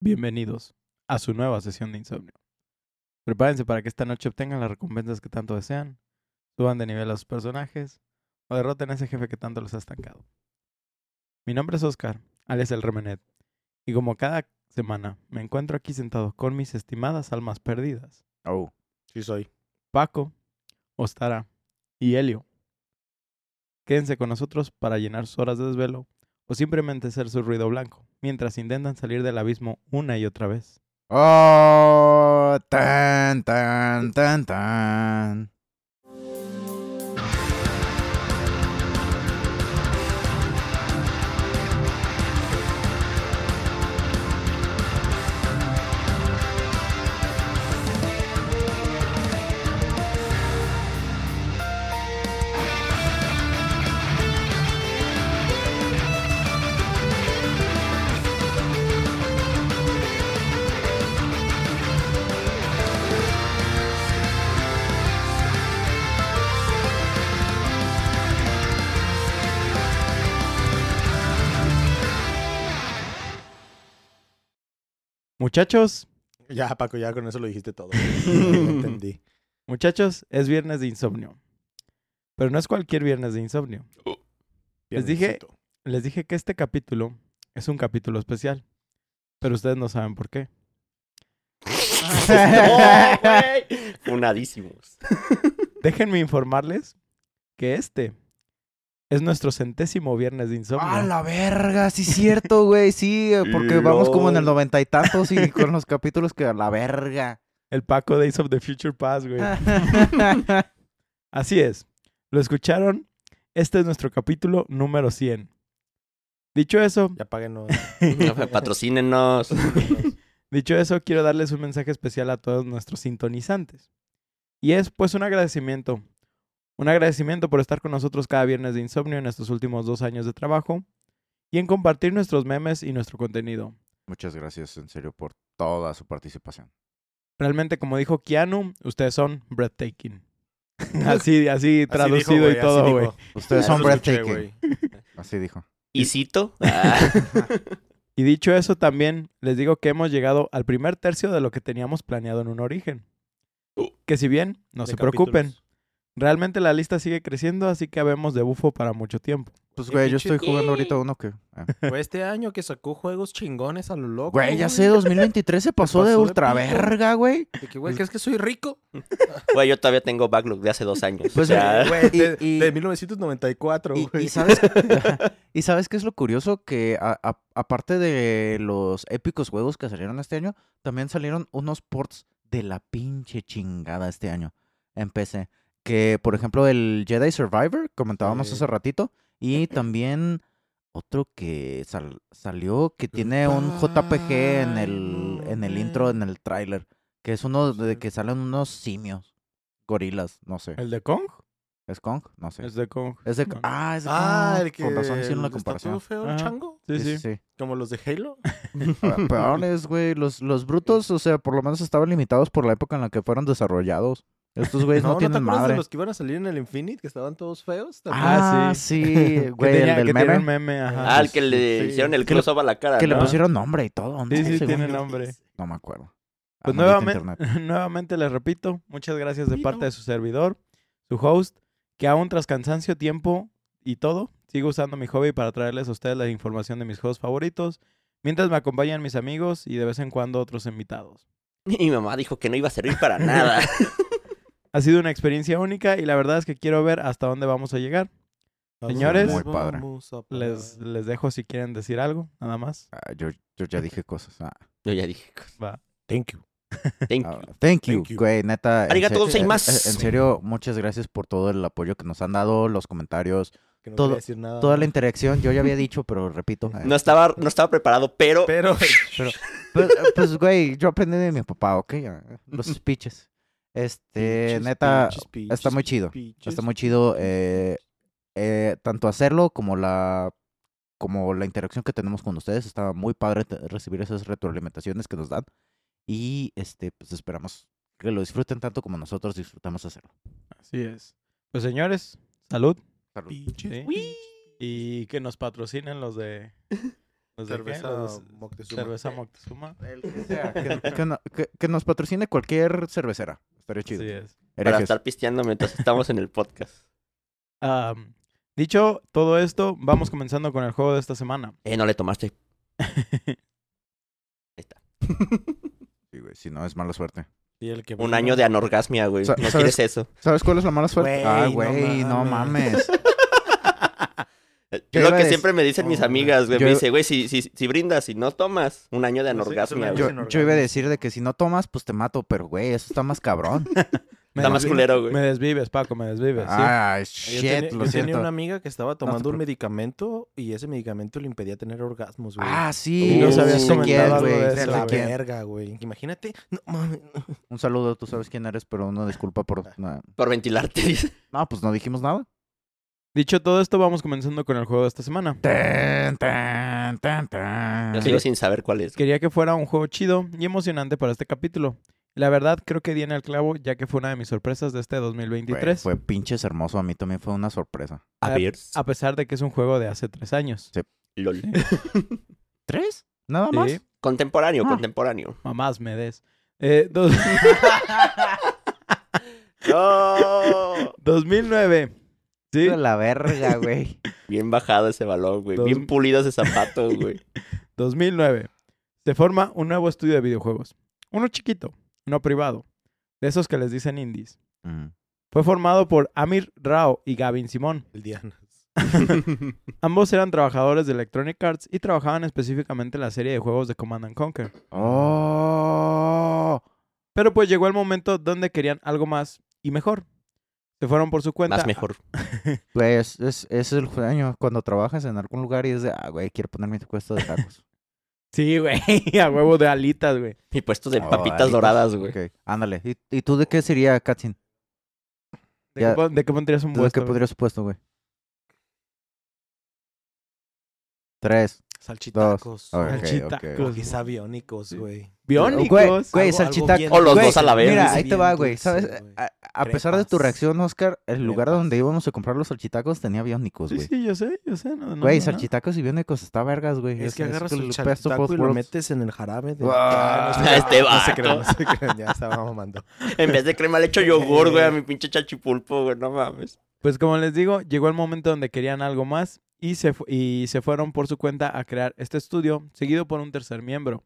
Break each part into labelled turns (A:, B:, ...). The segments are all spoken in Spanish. A: Bienvenidos a su nueva sesión de insomnio. Prepárense para que esta noche obtengan las recompensas que tanto desean, suban de nivel a sus personajes o derroten a ese jefe que tanto los ha estancado. Mi nombre es Oscar, alias el Remenet, y como cada semana me encuentro aquí sentado con mis estimadas almas perdidas,
B: Oh, sí soy.
A: Paco, Ostara y Helio. Quédense con nosotros para llenar sus horas de desvelo o simplemente ser su ruido blanco, mientras intentan salir del abismo una y otra vez.
B: Oh, tan, tan, tan, tan.
A: Muchachos,
B: Ya, Paco, ya con eso lo dijiste todo. Lo entendí.
A: muchachos, es viernes de insomnio. Pero no es cualquier viernes de insomnio. Les dije-
B: Viernesito.
A: Les dije que este capítulo es un capítulo especial. Pero ustedes no saben por qué.
C: No, güey. Funadísimos.
A: Déjenme informarles que este es nuestro centésimo viernes de
B: ¡A
A: insomnio.
B: la verga! Sí, es cierto, güey. Sí, porque vamos como en el
C: Lol.
B: noventa y tantos y con los capítulos que a la verga.
A: El Paco Days of the Future Past, güey.
B: Ah.
A: Así es. ¿Lo escucharon? Este es nuestro capítulo número 100. Dicho eso,
B: Ya páguenos.
C: Patrocínenos.
A: Dicho eso, quiero darles un mensaje especial a todos nuestros sintonizantes. Y es pues un agradecimiento. Un agradecimiento por estar con nosotros cada viernes de insomnio en estos últimos dos años de trabajo y en compartir nuestros memes y nuestro contenido.
B: Muchas gracias, en serio, por toda su participación.
A: Realmente, como dijo Keanu, ustedes son breathtaking. Así, así traducido y todo, güey.
B: Ustedes
C: Ya
B: son
C: lo escuché,
B: breathtaking. Así dijo.
C: ¿Y cito? Ah,
A: Y dicho eso, también les digo que hemos llegado al primer tercio de lo que teníamos planeado en un origen. Que si bien, no se preocupen, Realmente la lista sigue creciendo, así que habemos de bufo para mucho tiempo.
B: Pues,
D: Eh,
B: güey, yo
D: pinche-
B: estoy jugando ahorita uno que... ah.
D: Fue este año que sacó juegos chingones a lo loco.
B: Güey, ya sé, 2023 se pasó de
D: pasó de
B: ultra
D: pito.
B: verga, güey.
D: De que, güey, ¿crees que soy rico?
C: Güey, yo todavía tengo backlog de hace dos años.
B: Pues,
C: o sea,
B: güey,
D: De,
B: y- y-
D: de 1994,
B: Y,
D: güey.
B: y sabes, y sabes qué es lo curioso que a- a- aparte de los épicos juegos que salieron este año, también salieron unos ports de la pinche chingada este año en PC. Que por ejemplo el Jedi Survivor, comentábamos
D: Sí.
B: hace ratito, y también otro que sal- salió que tiene un JPG en el en el intro, en el tráiler, que es uno de que salen unos simios, gorilas, no sé.
A: ¿El de Kong?
B: ¿Es Kong? No sé.
A: Es de Kong.
B: Es de...
A: Kong.
B: Ah, es de
D: Ah,
B: Kong.
D: el que
B: Con razón hicieron la
D: está
B: comparación.
D: todo feo el
A: Ajá.
D: chango,
A: Sí, sí.
D: como los de Halo.
B: Pe- Peores, güey. Los, los brutos, o sea, por lo menos estaban limitados por la época en la que fueron desarrollados. Estos güeyes no,
D: ¿no te
B: tienen
D: acuerdas
B: madre.
D: de los que iban a salir en el Infinite, que estaban todos feos? también?
A: Ah,
B: Ah, sí,
A: Que
B: güey.
A: tenía-
B: el
A: que
B: del
A: tiene
B: meme.
A: un meme, ajá. Pues
C: ah, el que le
D: sí.
C: hicieron el
B: Que le-
C: crossover a la cara.
B: Que le
C: ¿no?
B: pusieron nombre y todo. ¿no?
A: Sí, sí,
B: Según
A: tiene
B: yo.
A: nombre.
B: No me acuerdo. Ah,
A: Pues
B: maldito
A: nuevamente,
B: internet.
A: nuevamente les repito, muchas gracias de parte de su servidor, su host, que aún tras cansancio, tiempo y todo, sigo usando mi hobby para traerles a ustedes la información de mis juegos favoritos, mientras me acompañan mis amigos y de vez en cuando otros invitados.
C: Mi mamá dijo que no iba a servir para nada.
A: Ha sido una experiencia única y la verdad es que quiero ver hasta dónde vamos a llegar. Señores,
B: Muy padre.
D: vamos a parar.
A: Les, les dejo si quieren decir algo, nada más.
B: Ah, yo, yo ya dije cosas. Ah,
C: Yo ya dije. cosas.
A: Va.
D: Thank you.
C: Thank
B: ah,
C: you.
B: thank you,
D: Thank you.
B: güey. Neta. en
C: Arigato
B: serio- eh,
C: gozaimasu.
B: En en serio, muchas gracias por todo el apoyo que nos han dado, los comentarios,
D: Que no
B: Todo-
D: quería decir nada.
B: toda la interacción. Yo ya había dicho, pero repito. eh,
C: No estaba, no estaba preparado, pero.
D: Pero,
B: Pues, eh, pues, güey, yo aprendí de mi papá, ¿ok? Ah, Los speeches. Este,
D: Pinches,
B: neta,
D: pinches,
B: está
D: pinches,
B: muy chido. Está
D: pinches.
B: muy chido eh, eh, tanto hacerlo como la como la interacción que tenemos con ustedes. Está muy padre te- recibir esas retroalimentaciones que nos dan. Y, este, pues esperamos que lo disfruten tanto como nosotros disfrutamos hacerlo.
A: Así es. Pues señores, salud.
B: Salud.
D: Pinches,
A: Sí.
D: pinches.
A: Y que nos patrocinen los de ¿Los de qué?
D: Pues Cerveza
A: Los-
D: Moctezuma.
A: Cerveza Moctezuma.
B: El que sea. Que, que no- que- que nos patrocine cualquier cervecera. Estaría chido.
A: Así es.
C: para
B: Herejes.
C: estar pisteando mientras estamos en el podcast.
A: Am, dicho todo esto, vamos comenzando con el juego de esta semana.
C: Eh, no le tomaste.
B: Sí, güey, si no, es mala suerte.
D: Y el que
C: Un
D: vino-
C: año de anorgasmia, güey.
B: Sa-
C: No
B: ¿sabes?
C: quieres eso.
B: ¿Sabes cuál es la mala suerte?
D: Güey,
B: ah,
D: no
B: güey, no
D: mames.
B: mames.
C: Es
B: Yo
C: lo
B: iba a
C: que
B: dec-
C: siempre me dicen mis
B: Oh,
C: amigas, güey.
B: yo- Pues
C: Me dice, güey, si, si, si brindas, si no tomas, un año de
D: No sé, es un
C: anorgasmia,
D: año.
C: güey.
B: Yo, yo iba a decir de que si no tomas, pues te mato, pero güey, eso está más cabrón.
A: Me
C: Está más
A: desvi-
C: culero, güey.
A: Me desvives, Paco, me desvives. sí.
B: Ah,
D: Yo
B: shit,
D: tenía-
B: lo
D: yo tenía
B: siento.
D: una amiga que estaba
B: te
D: tomando un
B: preocupes.
D: medicamento y ese medicamento le impedía tener orgasmos, güey.
B: Ah, sí,
C: Uh,
B: no
C: nos habías
B: sabías sé
A: comentado
B: quién,
A: algo de
B: güey.
A: eso,
B: sé
D: De la
A: güey.
B: quién.
D: verga, güey. Imagínate. No mames.
B: Un saludo, tú sabes quién eres, pero una disculpa por. na-
C: Por ventilarte, dice.
B: No, pues no dijimos nada.
A: Dicho todo esto, vamos comenzando con el juego de esta semana.
B: Tan, tan, tan,
A: Ah,
B: tan.
C: Yo sigo sin saber cuál es.
A: Quería que fuera un juego chido y emocionante para este capítulo. La verdad, creo que di en el clavo, ya que fue una de mis sorpresas de este
B: Güey,
A: 2023,
B: Fue pinches hermoso, a mí también fue una sorpresa.
A: A ver.
C: pues.
A: a pesar de que es un juego de hace tres años.
C: Ah, LOL.
B: ¿Tres? ¿Nada más?
A: Sí,
C: Contemporáneo,
B: Ah.
C: contemporáneo.
A: mamás me des. Eh, dos-
C: ¡No!
A: 2009. Sí,
B: De la verga, güey.
C: Bien bajado ese balón, güey.
A: Dos-
C: Bien pulido ese zapato, güey.
A: 2009. Se forma un nuevo estudio de videojuegos. Uno chiquito, no privado. De esos que les dicen indies.
B: Mm.
A: Fue formado por Amir Rao y Gavin Simón.
D: El Dianas.
A: Ambos eran trabajadores de Electronic Arts y trabajaban específicamente en la serie de juegos de Command and Conquer.
B: Oh.
A: Pero pues llegó el momento donde querían algo más y mejor. Se fueron por su cuenta.
C: Más mejor.
B: Güey, es, pues, es, es el sueño cuando trabajas en algún lugar y es de, ah, güey, quiero ponerme tu cuesta de tacos.
A: Sí, güey, a huevo de alitas, güey.
C: Y puestos de
B: Oh,
C: papitas
B: alitas,
C: doradas, güey.
B: Ok, ándale. ¿Y, y tú de qué sería, Katzin?
A: ¿De,
B: Ya.
A: qué, pon- de qué pondrías un
B: ¿Tú de
A: puesto?
B: qué
A: güey?
B: podrías puesto, güey? Tres.
D: Salchitacos.
B: Dos. Ok,
A: Salchitacos,
B: ok.
A: güey.
D: Quizá biónicos, güey.
A: Biónicos.
B: Güey, güey,
D: Algo-
B: salchitaco.
D: algo bien-
C: O los
B: Güey,
C: dos a la vez.
B: Mira, ahí te va,
D: Bien
B: güey.
D: dulce,
B: ¿Sabes?
D: güey.
B: A, a pesar de tu
D: Crepas.
B: reacción, Oscar, el lugar
D: Crepas.
B: donde íbamos a comprar los salchitacos tenía biónicos,
A: Sí,
B: güey.
A: sí, yo sé, yo sé. no, no,
B: Güey,
A: no, no.
B: salchitacos y biónicos está vergas, güey.
D: Es que agarras
B: el
D: el
B: best of both
D: salchitaco y lo
B: worlds.
D: metes en el jarabe. De...
B: Ah,
D: Ah, no,
C: este
D: no, no se
C: vato.
D: crean, no se crean, Ya estaba mamando.
C: En vez de crema le echo yogur, güey, a mi pinche chachipulpo, güey. No mames.
A: Pues como les digo, llegó el momento donde querían algo más y se, fu- y se fueron por su cuenta a crear este estudio, seguido por un tercer miembro,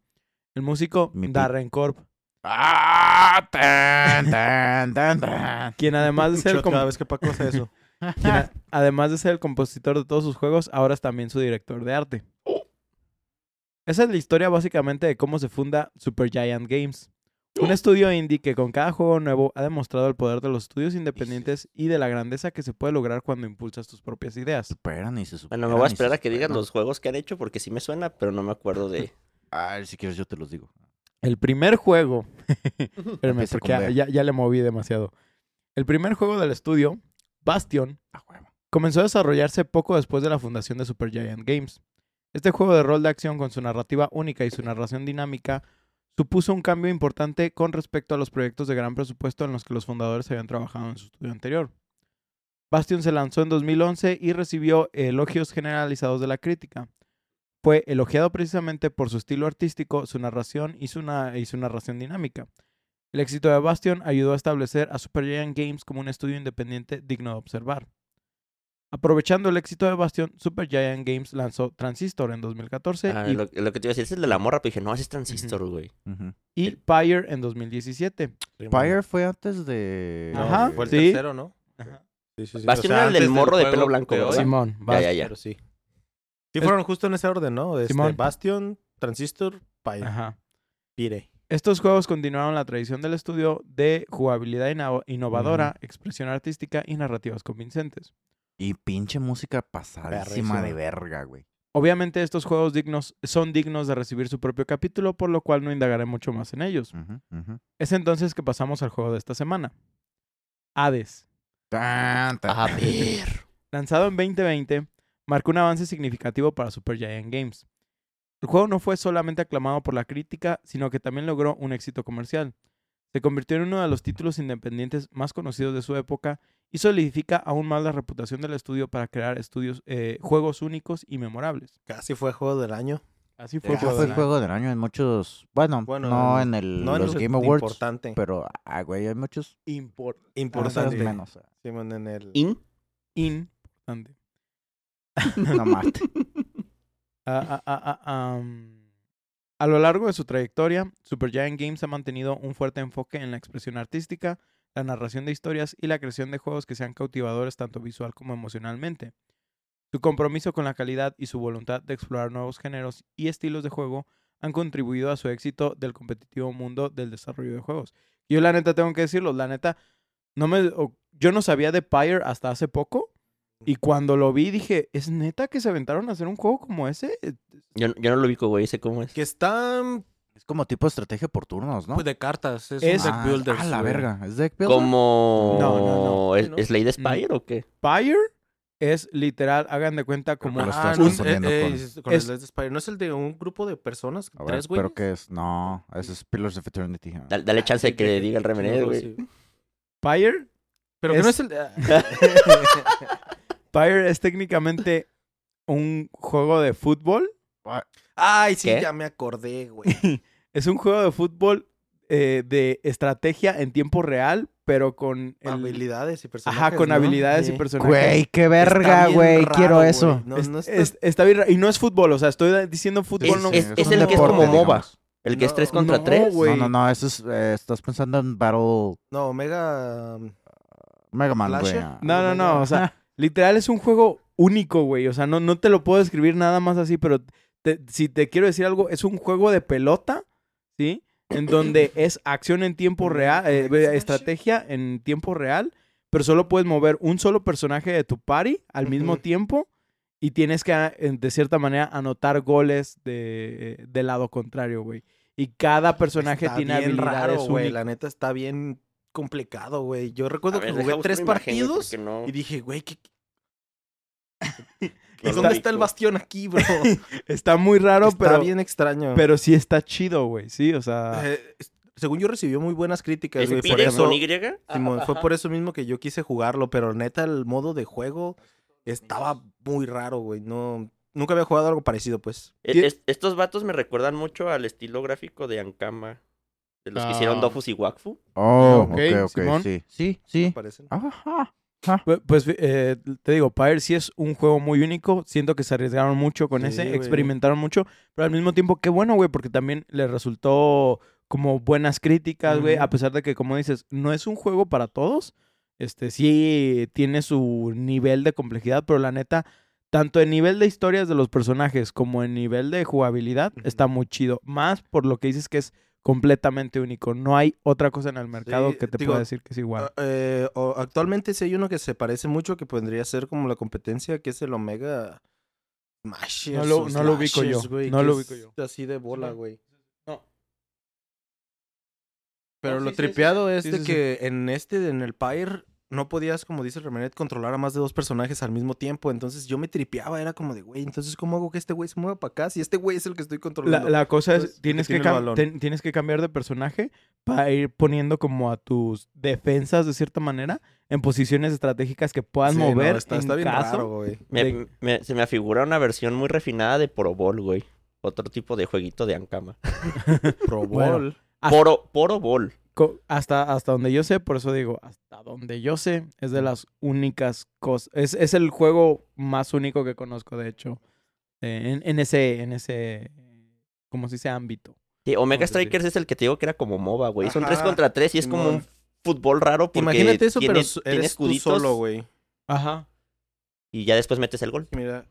A: el músico
B: Mi pi-
A: Darren Corp,
B: Ah, tan, tan, tan, tan.
A: quien además de ser
D: Shot
A: com-
D: cada vez que Paco hace eso.
A: quien a- además de ser el compositor de todos sus juegos, ahora es también su director de arte. Esa es la historia básicamente de cómo se funda Supergiant Games,
B: Oh.
A: un estudio indie que con cada juego nuevo ha demostrado el poder de los estudios independientes y de la grandeza que se puede lograr cuando impulsas tus propias ideas.
B: Superan y se superan.
C: Bueno, me voy a
B: y se
C: esperar a que digan
B: superan.
C: los juegos que han hecho porque sí me suena, pero no me acuerdo de.
B: Ah, si quieres yo te los digo.
A: El primer juego. Espérame,
B: Empieza
A: porque
B: con
A: ya,
B: B.
A: ya- ya le moví demasiado. El primer juego del estudio, Bastion,
B: Ah, huevo.
A: comenzó a desarrollarse poco después de la fundación de Supergiant Games. Este juego de rol de acción con su narrativa única y su narración dinámica supuso un cambio importante con respecto a los proyectos de gran presupuesto en los que los fundadores habían trabajado en su estudio anterior. Bastion se lanzó en 2011 y recibió elogios generalizados de la crítica. Fue elogiado precisamente por su estilo artístico, su narración y su, na- y su narración dinámica. El éxito de Bastion ayudó a establecer a Supergiant Games como un estudio independiente digno de observar. Aprovechando el éxito de Bastion, Supergiant Games lanzó Transistor en 2014
C: Ah,
A: y
C: lo, lo que te iba a decir es el de la morra, pero dije, no, ese es transistor, güey.
B: Ujú.
A: y Pyre en 2017.
B: Pyre fue antes de.
D: No,
A: Ajá.
D: Fue el
A: sí.
D: tercero, ¿no? Sí, sí, sí.
C: Bastion era el
D: antes
C: del morro de
D: juego
C: pelo blanco,
D: peor,
C: ¿verdad?
A: Simón,
C: Ya, ya,
A: Bastion.
C: ya.
D: Pero sí. Sí,
A: Es-
D: fueron justo en ese orden, ¿no? Este,
A: Simón.
D: Bastion, Transistor, Pyre.
A: Ajá.
D: Pire.
A: Estos juegos continuaron la tradición del estudio de jugabilidad ina- innovadora, expresión artística y narrativas convincentes.
B: Y pinche música pasadísima de verga, güey.
A: Obviamente estos juegos dignos son dignos de recibir su propio capítulo, por lo cual no indagaré mucho más en ellos.
B: Ujú, ujú.
A: Es entonces que pasamos al juego de esta semana. Hades,
B: Tan, tan.
C: A ver.
A: lanzado en 2020, marcó un avance significativo para Supergiant Games. El juego no fue solamente aclamado por la crítica, sino que también logró un éxito comercial. Se convirtió en uno de los títulos independientes más conocidos de su época y solidifica aún más la reputación del estudio para crear estudios, eh, juegos únicos y memorables.
D: Casi fue juego del año.
A: Así fue.
B: Fue,
D: Ya,
A: juego
B: fue
A: del
B: juego del año en muchos. Bueno,
D: Bueno,
B: no
D: no,
B: en el,
D: No en
B: los
D: lo
B: Game Awards.
D: Importante.
B: Pero, ah, güey, hay muchos.
A: año. Import- Importante.
D: importante.
B: menos. eh.
D: Simón, en el.
C: ¿In?
A: Importante.
B: No mames.
A: Ah, ah, ah, ah, am. A lo largo de su trayectoria, Supergiant Games ha mantenido un fuerte enfoque en la expresión artística, la narración de historias y la creación de juegos que sean cautivadores tanto visual como emocionalmente. Su compromiso con la calidad y su voluntad de explorar nuevos géneros y estilos de juego han contribuido a su éxito del competitivo mundo del desarrollo de juegos. Yo la neta tengo que decirlo, la neta, no me, o- yo no sabía de Pyre hasta hace poco y cuando lo vi dije, ¿es neta que se aventaron a hacer un juego como ese?
C: Yo, yo no lo ubico, güey, sé cómo es.
D: Que está.
B: Es como tipo de estrategia por turnos, ¿no?
E: Pues de cartas. Es,
A: Es-
E: un deck
B: Ah,
E: builder.
B: A la
E: güey.
B: verga. ¿Es deck builder?
C: ¿Como
A: No, no, no.
C: ¿Es,
D: No.
C: es Slay the Spire o qué?
A: Pyre es literal, hagan de cuenta como
B: Pero lo
E: Ah,
B: estás
E: no,
B: confundiendo
E: eh,
B: con-
E: eh,
D: es- con el
A: es-
D: Death Spider. ¿No es el de un grupo de personas?
B: A ver,
D: ¿Tres güeyes?
B: ¿Pero qué es? No, ese es Pillars of Eternity. ah.
C: Dale, dale chance de que le diga el remené,
D: remedio,
C: güey.
A: Pyre.
E: Pero que no es el.
A: Pyre es técnicamente un juego de fútbol.
D: Ay, sí,
C: ¿Qué?
D: ya me acordé, güey.
A: Es un juego de fútbol eh, de estrategia en tiempo real, pero con el-
D: habilidades y personajes.
A: Ajá, con
D: ¿no?
A: habilidades
D: Sí.
A: y personajes.
B: Güey, qué
D: Está
B: verga,
D: bien
B: güey.
D: raro,
B: Quiero
D: güey.
B: eso.
D: No,
A: Es-
D: no está-
A: es- está bien ra- y no es fútbol, o sea, estoy da- diciendo fútbol.
C: Es-
A: no,
C: es- es
B: un
C: el que es
B: deporte,
C: como MOBA.
B: digamos.
C: El que es 3
D: No,
C: contra
A: no,
C: 3.
A: güey.
B: No, no, no. Eso es, eh, estás pensando en Battle
D: No, Omega. um,
B: Mega Man, güey.
D: ¿Flasher?
B: ah.
A: no, no, no, o sea, literal es un juego único, güey. O sea, no, no te lo puedo describir nada más así, pero te- si te quiero decir algo, es un juego de pelota, ¿sí? En donde es acción en tiempo real, eh, ve- estrategia en tiempo real, pero solo puedes mover un solo personaje de tu party al mismo
D: Ujú.
A: tiempo y tienes que, a- en- de cierta manera, anotar goles de, eh, del lado contrario, güey. Y cada personaje
D: está
A: tiene
D: bien
A: habilidades
D: raro, güey.
A: únicas.
D: La neta está bien complicado, güey. Yo recuerdo
C: A ver,
D: que
C: deja
D: jugué
C: buscar
D: tres
C: una imagen, güey,
D: partidos
C: porque no-
D: y dije, güey, ¿qué, qué-
C: no lo
A: Está-
D: dónde está el
C: ubico.
D: bastión aquí, bro?
A: Está muy raro,
D: está
A: pero,
D: bien extraño.
A: pero sí está chido, güey. Sí, o sea...
D: Eh, es- según yo recibió muy buenas críticas,
C: ¿Es
D: güey. Por
C: Pirex
D: eso,
C: con Y?
D: Simón,
C: Ajá,
D: fue
C: ajá.
D: por eso mismo que yo quise jugarlo, pero neta el modo de juego estaba muy raro, güey. No, nunca había jugado algo parecido, pues.
C: E- es- estos vatos me recuerdan mucho al estilo gráfico de Ankama. De los que hicieron
A: Ah.
C: Dofus y Wakfu.
B: Oh,
A: Ah,
B: ok,
A: ok,
B: ok.
A: Simón.
B: Sí, sí, sí.
D: Parecen.
B: Ajá.
A: Pu- Pues eh, te digo, Pyre sí es un juego muy único. Siento que se arriesgaron mucho con
D: Sí,
A: ese,
D: güey.
A: experimentaron mucho, pero al mismo tiempo, qué bueno, güey, porque también le resultó como buenas críticas, güey.
D: Ujú.
A: A pesar de que, como dices, no es un juego para todos. Este sí tiene su nivel de complejidad, pero la neta, tanto en nivel de historias de los personajes como en nivel de jugabilidad,
D: Ujú.
A: está muy chido. Más por lo que dices que es completamente único. No hay otra cosa en el mercado
D: Sí,
A: que te
D: digo,
A: pueda decir que es igual.
D: Ah, eh, o- actualmente sí hay uno que se parece mucho que podría ser como la competencia, que es el Omega Smashes
A: No lo-
D: o
A: no lo ubico yo,
D: Slashes, güey,
A: no
D: que
A: lo
D: es
A: ubico yo.
D: Así de bola,
A: Simón.
D: güey.
A: No.
D: Pero
A: No, sí,
D: lo
A: sí, sí,
D: tripeado es
A: Sí,
D: de
A: sí, sí.
D: que en este, en el Pyre, no podías, como dice Remenet, controlar a más de dos personajes al mismo tiempo. Entonces yo me tripeaba, era como de, güey, entonces ¿cómo hago que este güey se mueva para acá si este güey es el que estoy
A: La,
D: controlando?
A: la cosa
D: Entonces,
A: es,
D: el que
A: tienes que,
D: tiene el
A: cam-
D: balón.
A: ten- tienes que cambiar de personaje para ir poniendo como a tus defensas de cierta manera en posiciones estratégicas que puedas
D: Sí, no,
A: mover.
D: está,
A: en
D: está bien
A: caso.
D: raro, güey.
C: Me-
A: De-
C: me- se me afigura una versión muy refinada de Pro Bowl, güey. Otro tipo de jueguito de Ankama.
D: Pro
A: Bueno,
D: Bowl.
A: Hasta-
C: Poro, Poro Bowl.
A: co- hasta, hasta donde yo sé, por eso digo, hasta donde yo sé, es de las únicas cosas. Es, es el juego más único que conozco, de hecho, eh, en, en ese, en ese, como si dice, ámbito.
C: Sí, Omega
A: No, sí, sí.
C: Strikers es el que te digo que era como MOBA, güey. Son
D: pues, Ajá,
C: 3 contra 3 y es como
D: Simón.
C: un fútbol raro porque
D: Imagínate eso,
C: tiene,
D: pero su-
C: tiene
D: eres tú
C: escuditos
D: solo, güey.
A: Ajá.
C: y ya después metes el gol.
D: Mira,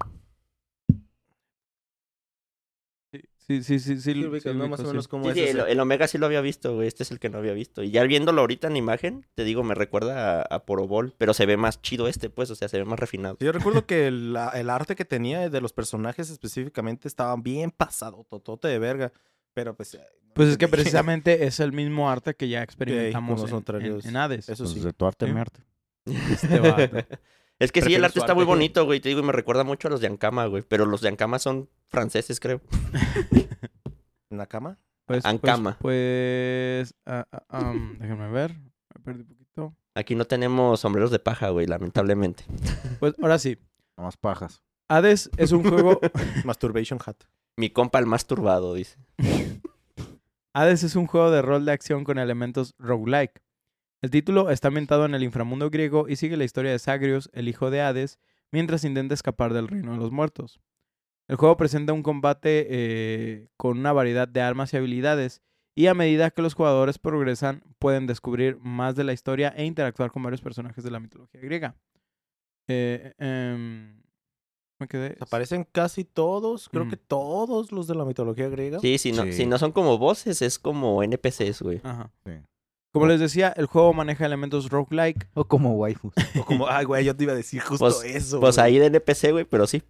A: Sí, sí, sí, sí.
D: sí,
A: sí,
D: ubicas, ¿no?
A: ubico,
D: más o
A: sí.
D: menos como eh.
C: Sí,
D: es.
C: sí, el,
D: ese.
C: el Omega sí lo había visto, güey. Este es el que no había visto. Y ya viéndolo ahorita en imagen, te digo, me recuerda a, a Poro Bowl, pero se ve más chido este, pues, o sea, se ve más refinado.
D: Sí, Yo recuerdo que el, la- el arte que tenía de los personajes específicamente estaba bien pasado, totote de verga. Pero pues, eh,
A: Pues es que precisamente es el mismo arte que ya experimentamos
D: los
A: en- en,
D: contrarios.
A: en Hades.
D: eso
B: Pues
D: sí.
B: de tu arte,
A: Sí.
B: mi arte.
A: Este vato.
C: Es que sí, el
D: Prefiero
C: arte
D: su
C: está muy
D: arte.
C: bonito, güey. Te digo, y me recuerda mucho a los de Ankama, güey. Pero los de Ankama son franceses, creo.
D: ¿En la cama?
A: Pues,
C: Ankama.
A: Pues, pues, ah, ah, am, déjenme ver. Me perdí un poquito.
C: Aquí no tenemos sombreros de paja, güey, lamentablemente.
A: Pues ahora sí.
B: Nomás pajas.
A: Hades es un juego.
D: Masturbation Hat.
C: Mi compa el más turbado, dice.
A: Hades es un juego de rol de acción con elementos roguelike. El título está ambientado en el inframundo griego y sigue la historia de Sagrius, el hijo de Hades, mientras intenta escapar del reino de los muertos. El juego presenta un combate eh, con una variedad de armas y habilidades, y a medida que los jugadores progresan, pueden descubrir más de la historia e interactuar con varios personajes de la mitología griega. Eh, em, me quedé.
D: Aparecen casi todos, creo que
A: Mm.
D: todos los de la mitología griega.
C: Sí, si no,
B: Sí.
C: si no son como voces, es como NPCs, güey.
A: Ajá.
B: Sí.
A: Como les decía, el juego maneja elementos roguelike.
B: O como waifus.
D: O como, ay, güey, yo te iba a decir justo
C: Pues-
D: eso.
C: Pues
D: güey.
C: ahí de NPC, güey, pero sí.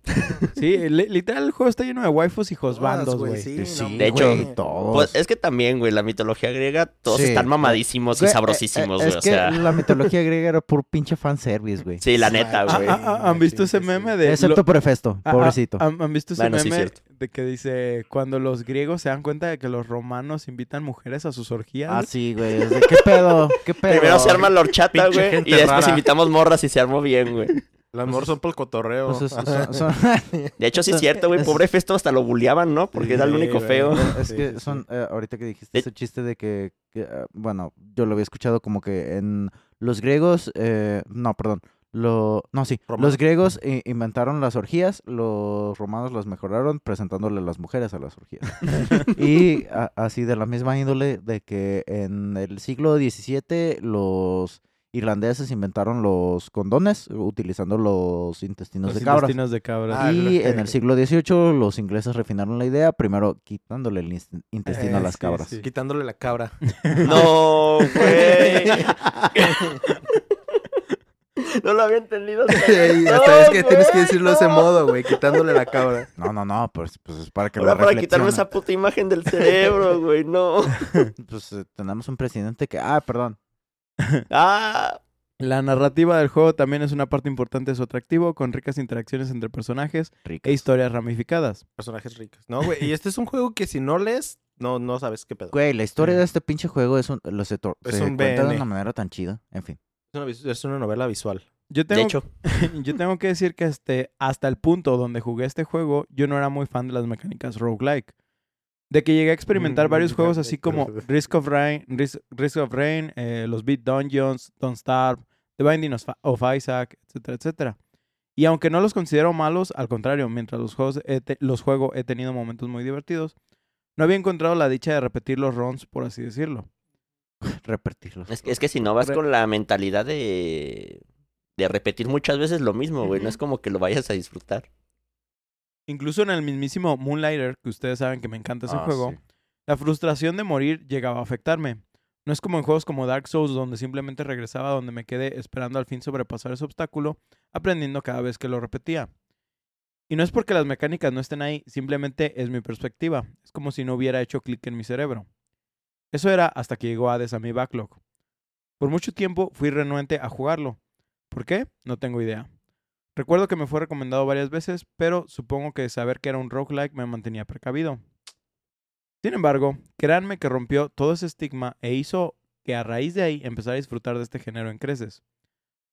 A: Sí, li- literal, el juego está lleno de waifus y
D: Todas,
A: josbandos, güey.
D: Sí,
B: Sí,
D: no,
C: de hecho,
D: güey.
B: todos.
C: Pues es que también, güey, la mitología griega, todos
B: Sí,
C: están
B: güey.
C: mamadísimos
B: Güey,
C: y
B: eh,
C: sabrosísimos,
B: eh,
C: güey.
B: Es
C: O
B: que
C: sea,
B: la mitología griega era pur pinche fanservice, güey.
C: sí, la
D: Sí,
C: neta,
A: Ah,
C: güey.
A: ah, ah, ¿Han visto ese
D: Sí, sí,
A: meme
D: sí.
A: de...
B: Excepto
A: lo-
B: por Hefesto,
A: ah, ah,
B: pobrecito.
A: ¿Han han visto ese
C: Bueno, sí,
A: meme
C: cierto.
A: de que dice cuando los griegos se dan cuenta de que los romanos invitan mujeres a sus orgías?
B: Ah, sí, güey. es de, ¿Qué pedo? ¿Qué pedo?
C: Primero se arma la horchata,
D: Pinche
C: güey,
D: gente
C: y después
D: rara.
C: invitamos morras y se armó bien, güey.
D: Las morras son por el cotorreo.
B: Pues, es-
D: Ajá.
B: son- son-
C: De hecho, sí es cierto, güey.
B: Es-
C: Pobre Festo hasta lo bulleaban, ¿no? Porque era el
D: Sí,
C: único
D: güey.
C: feo.
B: es
D: Sí, sí,
B: que
D: sí.
B: son, eh, ahorita que dijiste
C: De-
B: ese chiste de que, que, eh, bueno, yo lo había escuchado como que en los griegos, eh, no, perdón, lo, no, sí,
D: Romanos.
B: los griegos i- inventaron las orgías, los romanos las mejoraron presentándole a las mujeres a las orgías. y a- así de la misma índole de que en el siglo XVII los irlandeses inventaron los condones utilizando los intestinos
A: los
B: de cabras.
A: intestinos de cabras.
D: Ah,
B: Y
D: lo
B: en el
D: que-
B: siglo XVIII los ingleses refinaron la idea, primero quitándole el inst- intestino a
A: Eh,
B: las
A: sí,
B: cabras.
A: sí.
D: Quitándole la cabra.
C: No, güey. No lo había entendido. hasta-
D: Ey,
C: No,
D: hasta es que tienes que
C: güey,
D: decirlo de ese
C: no.
D: modo, güey, quitándole la cabra.
B: No, no, no, pues, pues es para que
C: Ahora
B: lo
C: para quitarme
B: reflexionen.
C: esa puta imagen del cerebro, güey, no.
B: Pues eh, tenemos un presidente que... Ah, perdón.
C: Ah,
A: La narrativa del juego también es una parte importante de su atractivo, con ricas interacciones entre personajes
B: Rico.
A: e historias ramificadas.
D: Personajes ricos. No, güey, y este es un juego que si no lees, no, no sabes qué pedo.
B: Güey, la historia de este pinche juego es un... Lo se tor-
D: Es
B: se
D: un
B: cuenta de
D: BN.
B: una manera tan chida. En fin.
D: Es una, vis- es una novela visual.
A: Yo
C: de
A: tengo,
C: hecho,
A: yo tengo que decir que este, hasta el punto donde jugué este juego, yo no era muy fan de las mecánicas roguelike. De que llegué a experimentar varios juegos así como Risk of Rain, Risk, Risk of Rain eh, los Beat Dungeons, Don't Starve, The Binding of, of Isaac, etcétera, etcétera. Y aunque no los considero malos, al contrario, mientras los, juegos he te- los juego he tenido momentos muy divertidos, no había encontrado la dicha de repetir los runs, por así decirlo.
B: Repetirlos.
C: es que, es que si no vas
A: Re-
C: con la mentalidad de, de repetir muchas veces lo mismo, güey, no es como que lo vayas a disfrutar.
A: Incluso en el mismísimo Moonlighter, que ustedes saben que me encanta ese
B: Ah,
A: juego,
B: sí.
A: La frustración de morir llegaba a afectarme. No es como en juegos como Dark Souls, donde simplemente regresaba donde me quedé esperando al fin sobrepasar ese obstáculo, aprendiendo cada vez que lo repetía. Y no es porque las mecánicas no estén ahí, simplemente es mi perspectiva. Es como si no hubiera hecho clic en mi cerebro. Eso era hasta que llegó Hades a mi backlog. Por mucho tiempo fui renuente a jugarlo. ¿Por qué? No tengo idea. Recuerdo que me fue recomendado varias veces, pero supongo que saber que era un roguelike me mantenía precavido. Sin embargo, créanme que rompió todo ese estigma e hizo que a raíz de ahí empezara a disfrutar de este género en creces.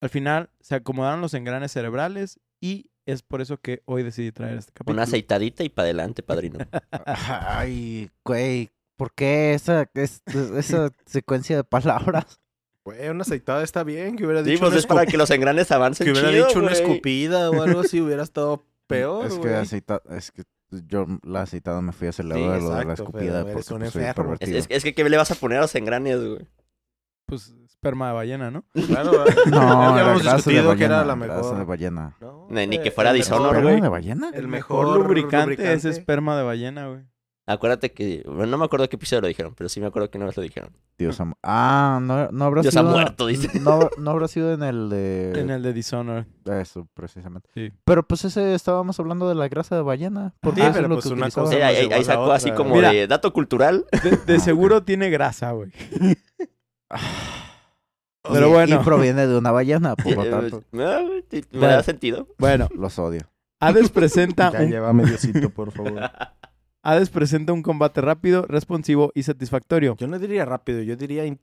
A: Al final, se acomodaron los engranes cerebrales y es por eso que hoy decidí traer este capítulo.
C: Una aceitadita y para adelante, padrino.
B: Ah, Ay, güey. ¿Por qué esa, es- esa secuencia de palabras?
D: Güey, una aceitada está bien, que hubiera
C: Sí,
D: dicho
C: pues
D: una
C: es para
D: escu-
C: que los engranes avancen
D: que hubiera
C: chido,
D: dicho una
C: güey.
D: escupida o algo así, hubiera estado peor,
B: Es que,
D: güey.
B: aceita- es que yo mm, la aceitada me fui a celebrar
D: Sí,
B: de lo de la
D: exacto,
B: escupida
D: Pedro, eres
B: porque
D: un
B: pues, soy
D: enfermo.
C: Es,
B: pervertido.
C: es- es que ¿qué le vas a poner a los engranes, güey?
A: Pues esperma de ballena, ¿no?
D: Claro, ¿verdad?
B: No,
D: ya
B: era
D: habíamos
B: grasa de
D: discutido que era
B: ballena,
D: la
B: grasa de
D: mejor.
B: ballena.
D: No,
C: Ni- ni
D: eh,
C: que fuera
D: el
C: Dishonor,
D: mejor-
C: güey.
B: ¿Esperma de ballena?
D: El mejor
A: lubricante, es
D: lubricante.
A: esperma de ballena, güey.
C: Acuérdate que, bueno, no me acuerdo qué episodio lo dijeron, pero sí me acuerdo que una vez lo dijeron.
B: Dios am- Ah, no, no habrá
C: Dios ha
B: sido...
C: muerto, dice.
B: No, no habrá sido en el de...
A: En el de Dishonored.
B: Eso, precisamente.
A: Sí.
B: Pero pues ese estábamos hablando de la grasa de ballena. Porque
D: Sí,
B: eso es
D: pero
B: lo
D: pues
B: que
D: una
B: utilizaban.
D: cosa
C: Sí,
D: nos
C: ahí, ahí
D: llevó a la
C: sacó
D: otra,
C: así
D: güey.
C: como
A: Mira.
C: de dato cultural.
A: De, de
B: Ah, ok.
A: seguro tiene grasa, güey.
B: Ah. Y-
A: Pero bueno.
B: Y proviene de una ballena, por lo
C: Eh,
B: tanto,
C: ah, güey, sí, me
A: Bueno.
C: da sentido.
A: Bueno,
B: los odio.
A: Hades presenta un
D: llévame Diosito, por favor.
A: Hades presenta un combate rápido, responsivo y satisfactorio.
D: Yo no diría rápido, yo diría in-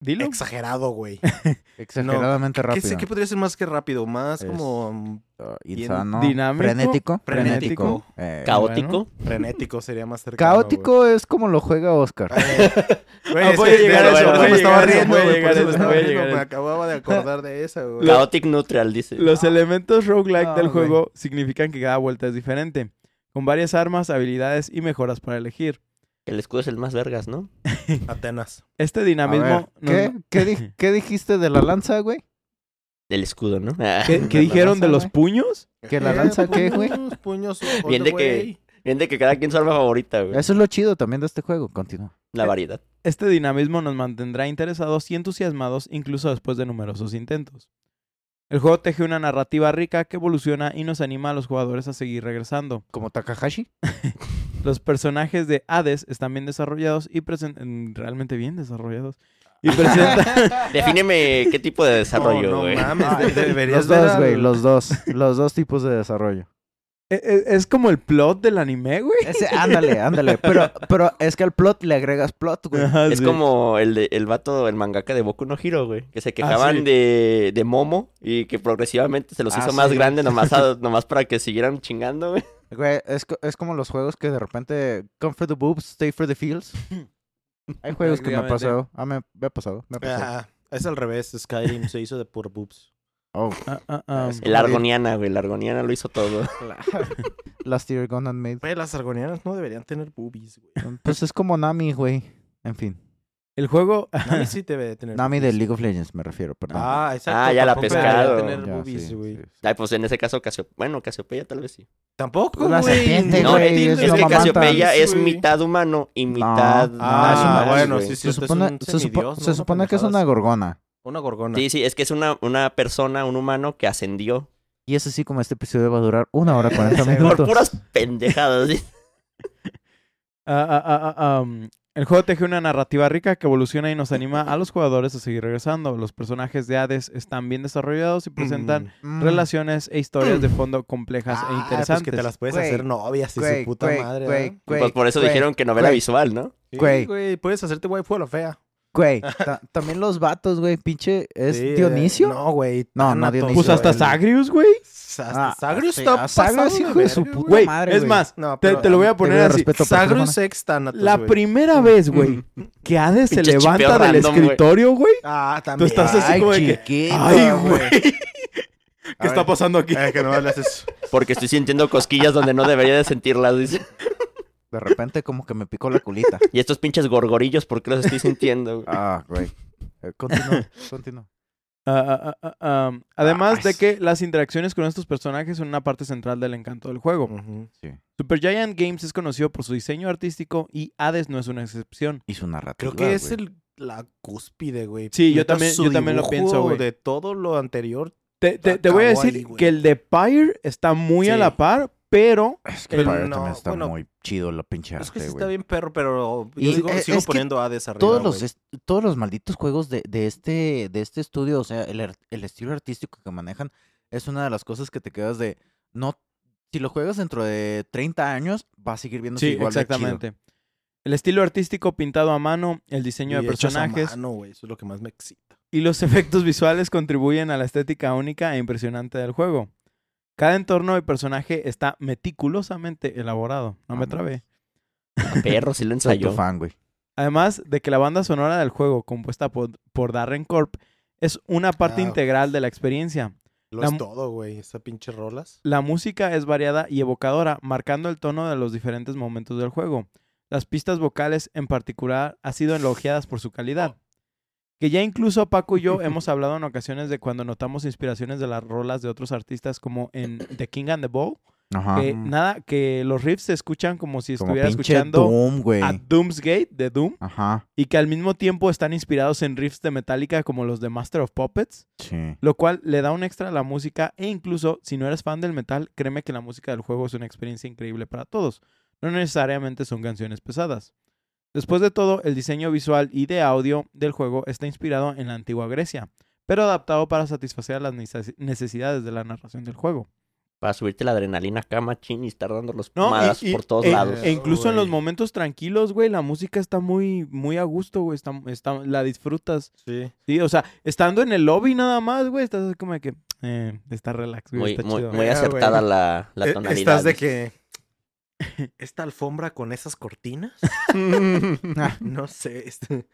A: Dilo.
D: Exagerado, güey.
B: Exageradamente
D: ¿Qué,
B: rápido.
D: sé- qué podría ser más que rápido? Más
B: Es-
D: como mm,
B: Ah,
D: bien
B: insano.
A: dinámico,
B: Frenético.
A: frenético,
B: eh,
C: Caótico.
D: frenético sería más cercano.
B: caótico es como lo juega Oscar.
D: Güey,
A: Ah,
D: es
A: voy
D: que
A: a llegar
D: por
C: a eso,
D: eso
C: voy a
D: me estaba
C: llegar a eso,
D: riendo,
A: voy a
D: güey. Por
A: llegar a
D: eso me
A: eso,
D: estaba
A: voy a
D: riendo,
A: llegar a
D: Me
A: eso.
D: acababa de acordar de esa, güey.
C: Chaotic Neutral, dice.
A: Los elementos roguelike
B: Ah,
A: del
B: güey.
A: juego significan que cada vuelta es diferente, con varias armas, habilidades y mejoras para elegir.
C: El escudo es el más vergas, ¿no?
D: Atenas.
A: Este
B: A ver,
A: dinamismo... nos-
B: ¿qué, qué di- qué dijiste de la lanza, güey?
C: Del escudo, ¿no?
A: ¿Qué, qué
B: la
A: dijeron
B: lanza,
A: de los
B: güey.
A: puños?
B: ¿Que la lanza qué, güey?
D: Puños, puños,
C: Bien de que-
D: güey.
C: Bien de que cada quien su arma favorita, güey.
B: Eso es lo chido también de este juego. Continúa.
C: La variedad.
A: Este dinamismo nos mantendrá interesados y entusiasmados incluso después de numerosos intentos. El juego teje una narrativa rica que evoluciona y nos anima a los jugadores a seguir regresando.
B: ¿Como Takahashi?
A: Los personajes de Hades están bien desarrollados y presentan... Realmente bien desarrollados. Y presentan...
C: Defíneme qué tipo de desarrollo,
D: No,
C: güey.
D: No mames, de- deberías
B: Los
D: ver
B: dos,
D: al-
B: güey. Los dos. Los dos tipos de desarrollo.
A: e- e- es como el plot del anime, güey.
B: Ese, ándale, ándale. Pero, pero es que al plot le agregas plot, güey.
A: Ajá,
C: es
A: sí.
C: como el, de- el vato, el mangaka de Boku no Hiro, güey. Que se quejaban
A: sí.
C: de, de Momo y que progresivamente se los
B: Ah,
C: hizo más
B: sí.
C: grande nomás, a- nomás para que siguieran chingando, güey.
B: Güey, es, co- es como los juegos que de repente come for the boobs, stay for the fields. Hay juegos que me ha
A: Prácticamente.
B: pasado. Ah, me, me ha pasado. Me ha pasado.
D: Ah, es al revés. Skyrim se hizo de por boobs.
B: Oh,
A: Ah, ah, ah.
B: Es
C: El
B: Joder.
C: Argoniana, güey. El Argoniana lo hizo todo.
B: Last Year Gone Unmade.
D: Güey, las argonianas no deberían tener boobies, güey.
B: Pues es como Nami, güey. En fin.
A: El juego... ah,
D: Nami sí debe de tener
B: Nami de
D: boobies.
B: League of Legends, me refiero, perdón.
D: pues Ah, exacto.
C: Ah, ya la
D: tampoco debería
C: pescado.
D: tener
B: Ya,
D: boobies,
B: sí,
D: güey.
B: sí.
C: Ay, pues en ese caso, Casio... bueno, Casiopeya tal vez sí.
D: Tampoco,
B: Una
D: güey.
B: serpiente,
C: No,
B: güey,
D: entiendo
B: es
D: yo
C: es
B: lo
C: que
D: que
B: mamanta.
C: Casiopeya
D: Casiopeia
C: es mitad humano y mitad.
B: No.
D: Ah,
C: nada más,
D: bueno,
C: güey.
D: sí, sí.
B: Se supone, se supone- se supone que es una gorgona.
D: Una gorgona.
C: Sí, sí, es que es una, una persona, un humano que ascendió
B: Y es así como este episodio va a durar una hora 40
D: Seguro.
B: minutos.
C: por puras pendejadas. ¿sí?
A: Ah, ah, ah, ah, am. El juego teje una narrativa rica que evoluciona y nos anima a los jugadores a seguir regresando. Los personajes de Hades están bien desarrollados y presentan
B: Mm,
A: relaciones e historias de fondo complejas
D: Ah,
A: e
D: pues
A: interesantes.
D: que te las puedes
B: Güey,
D: hacer novias y
B: güey,
D: su puta
B: güey,
D: madre.
B: güey,
D: ¿verdad?
B: güey,
C: pues por eso
B: güey,
C: dijeron que novela
B: güey.
C: visual, ¿no?
D: Sí,
B: Güey.
D: güey, puedes hacerte waifu a la fea.
B: Güey, ta- también los vatos, güey, pinche, ¿es
D: Sí, eh,
B: Dionisio?
D: No, güey.
B: No, no,
D: Thanatos,
B: Dionisio.
A: Pues hasta
D: güey.
A: Zagreus, güey.
D: Hasta
B: Ah,
D: Zagreus
B: sí,
D: está
B: a Zagreus,
D: pasado
B: hijo de su
D: verga,
B: puta
D: güey.
A: Güey,
B: madre,
A: es
B: güey.
A: más,
D: No,
A: te,
D: pero-
A: te lo voy a
B: Te
A: poner
B: veo
A: así.
B: respeto, por
D: Zagreus
B: favor.
D: ex Thanatos,
A: La
D: güey.
A: primera vez, güey, que Hades se
C: Pinche chipeo
A: levanta del
C: random, güey.
A: escritorio, güey.
D: Ah, también.
A: estás así
B: Ay,
A: como de que,
B: chiquito,
A: Ay, güey. ¿Qué está
D: ver.
A: pasando aquí?
D: Eh, que no le haces.
C: Porque estoy sintiendo cosquillas donde no debería de sentirlas, dice.
B: De repente como que me picó la culita.
C: Y estos pinches gorgorillos, ¿por qué los estoy sintiendo? güey?
B: Ah, güey. Eh, Continúa, continúa.
A: Ah, ah, ah, ah, am. Además
B: Ah,
A: de
B: es-
A: que las interacciones con estos personajes son una parte central del encanto del juego.
D: Ujú.
A: Supergiant Games es conocido por su diseño artístico y Hades no es una excepción.
B: Y su narrativa,
D: Creo que es
B: güey.
D: el, la cúspide, güey.
A: Sí, yo
D: Neta,
A: también-
D: su
A: yo también lo
D: dibujo
A: pienso, güey.
D: De todo lo anterior.
A: Te, te- te voy a
D: Acabó
A: decir
D: ahí, güey.
A: que el de Pyre está muy a
D: Sí.
A: la par, pero
B: Es que
D: Pero
B: Pyre
D: no,
B: también está
D: bueno,
B: muy chido la pinche
D: pues Es que sí
B: arte,
D: está
B: güey.
D: bien perro, pero yo
B: Y
D: digo,
B: es-
D: sigo
B: es que
D: poniendo a desarrollar.
B: Todos los, est- todos los malditos juegos de, de este, de este estudio, o sea, el, ar- el estilo artístico que manejan es una de las cosas que te quedas de... no Si lo juegas dentro de 30 años, va a seguir viéndose
A: sí,
B: igual de chido.
A: exactamente. El estilo artístico pintado a mano, el diseño de personajes
D: No, güey, eso es lo que más me excita.
A: y los efectos visuales contribuyen a la estética única e impresionante del juego. Cada entorno de personaje está meticulosamente elaborado. No me
B: Vámonos.
A: trabé.
C: Ah, Perro, sí lo
B: Soy tu
C: ensayó.
B: fan, güey.
A: Además de que la banda sonora del juego, compuesta por, por Darren Corp, es una parte
D: Ah.
A: integral de la experiencia.
D: Lo
A: La
D: es
A: mu-
D: todo, güey, esas pinches rolas.
A: La música es variada y evocadora, marcando el tono de los diferentes momentos del juego. Las pistas vocales en particular han sido elogiadas por su calidad. Que ya incluso Paco y yo hemos hablado en ocasiones de cuando notamos inspiraciones de las rolas de otros artistas como en The King and the Ball,
B: Ajá.
A: que nada, que los riffs se escuchan como si
B: Como
A: estuviera
B: pinche
A: escuchando
B: Doom, güey.
A: a Doomsgate de Doom
B: Ajá.
A: y que al mismo tiempo están inspirados en riffs de Metallica como los de Master of Puppets,
B: Sí.
A: lo cual le da un extra a la música e incluso si no eres fan del metal, créeme que la música del juego es una experiencia increíble para todos. No necesariamente son canciones pesadas. Después de todo, el diseño visual y de audio del juego está inspirado en la antigua Grecia, pero adaptado para satisfacer las necesi- necesidades de la narración del juego.
C: Para subirte la adrenalina acá, machín, y estar dando los
A: No,
C: pumadas
A: y- y-
C: por
D: eh,
C: todos
A: e-
C: lados.
A: E incluso en los
D: Güey.
A: momentos tranquilos, güey, la música está muy, muy a gusto, güey. Está, está- la disfrutas.
D: Sí.
A: Sí, o sea, estando en el lobby nada más, güey, estás así como de que eh, está relax, güey.
C: Muy,
A: está
C: muy,
A: chido.
C: muy
D: Ah,
C: acertada
D: güey.
C: la, la
D: Eh,
C: tonalidad.
D: Estás de que. ¿Esta alfombra con esas cortinas? no sé. este-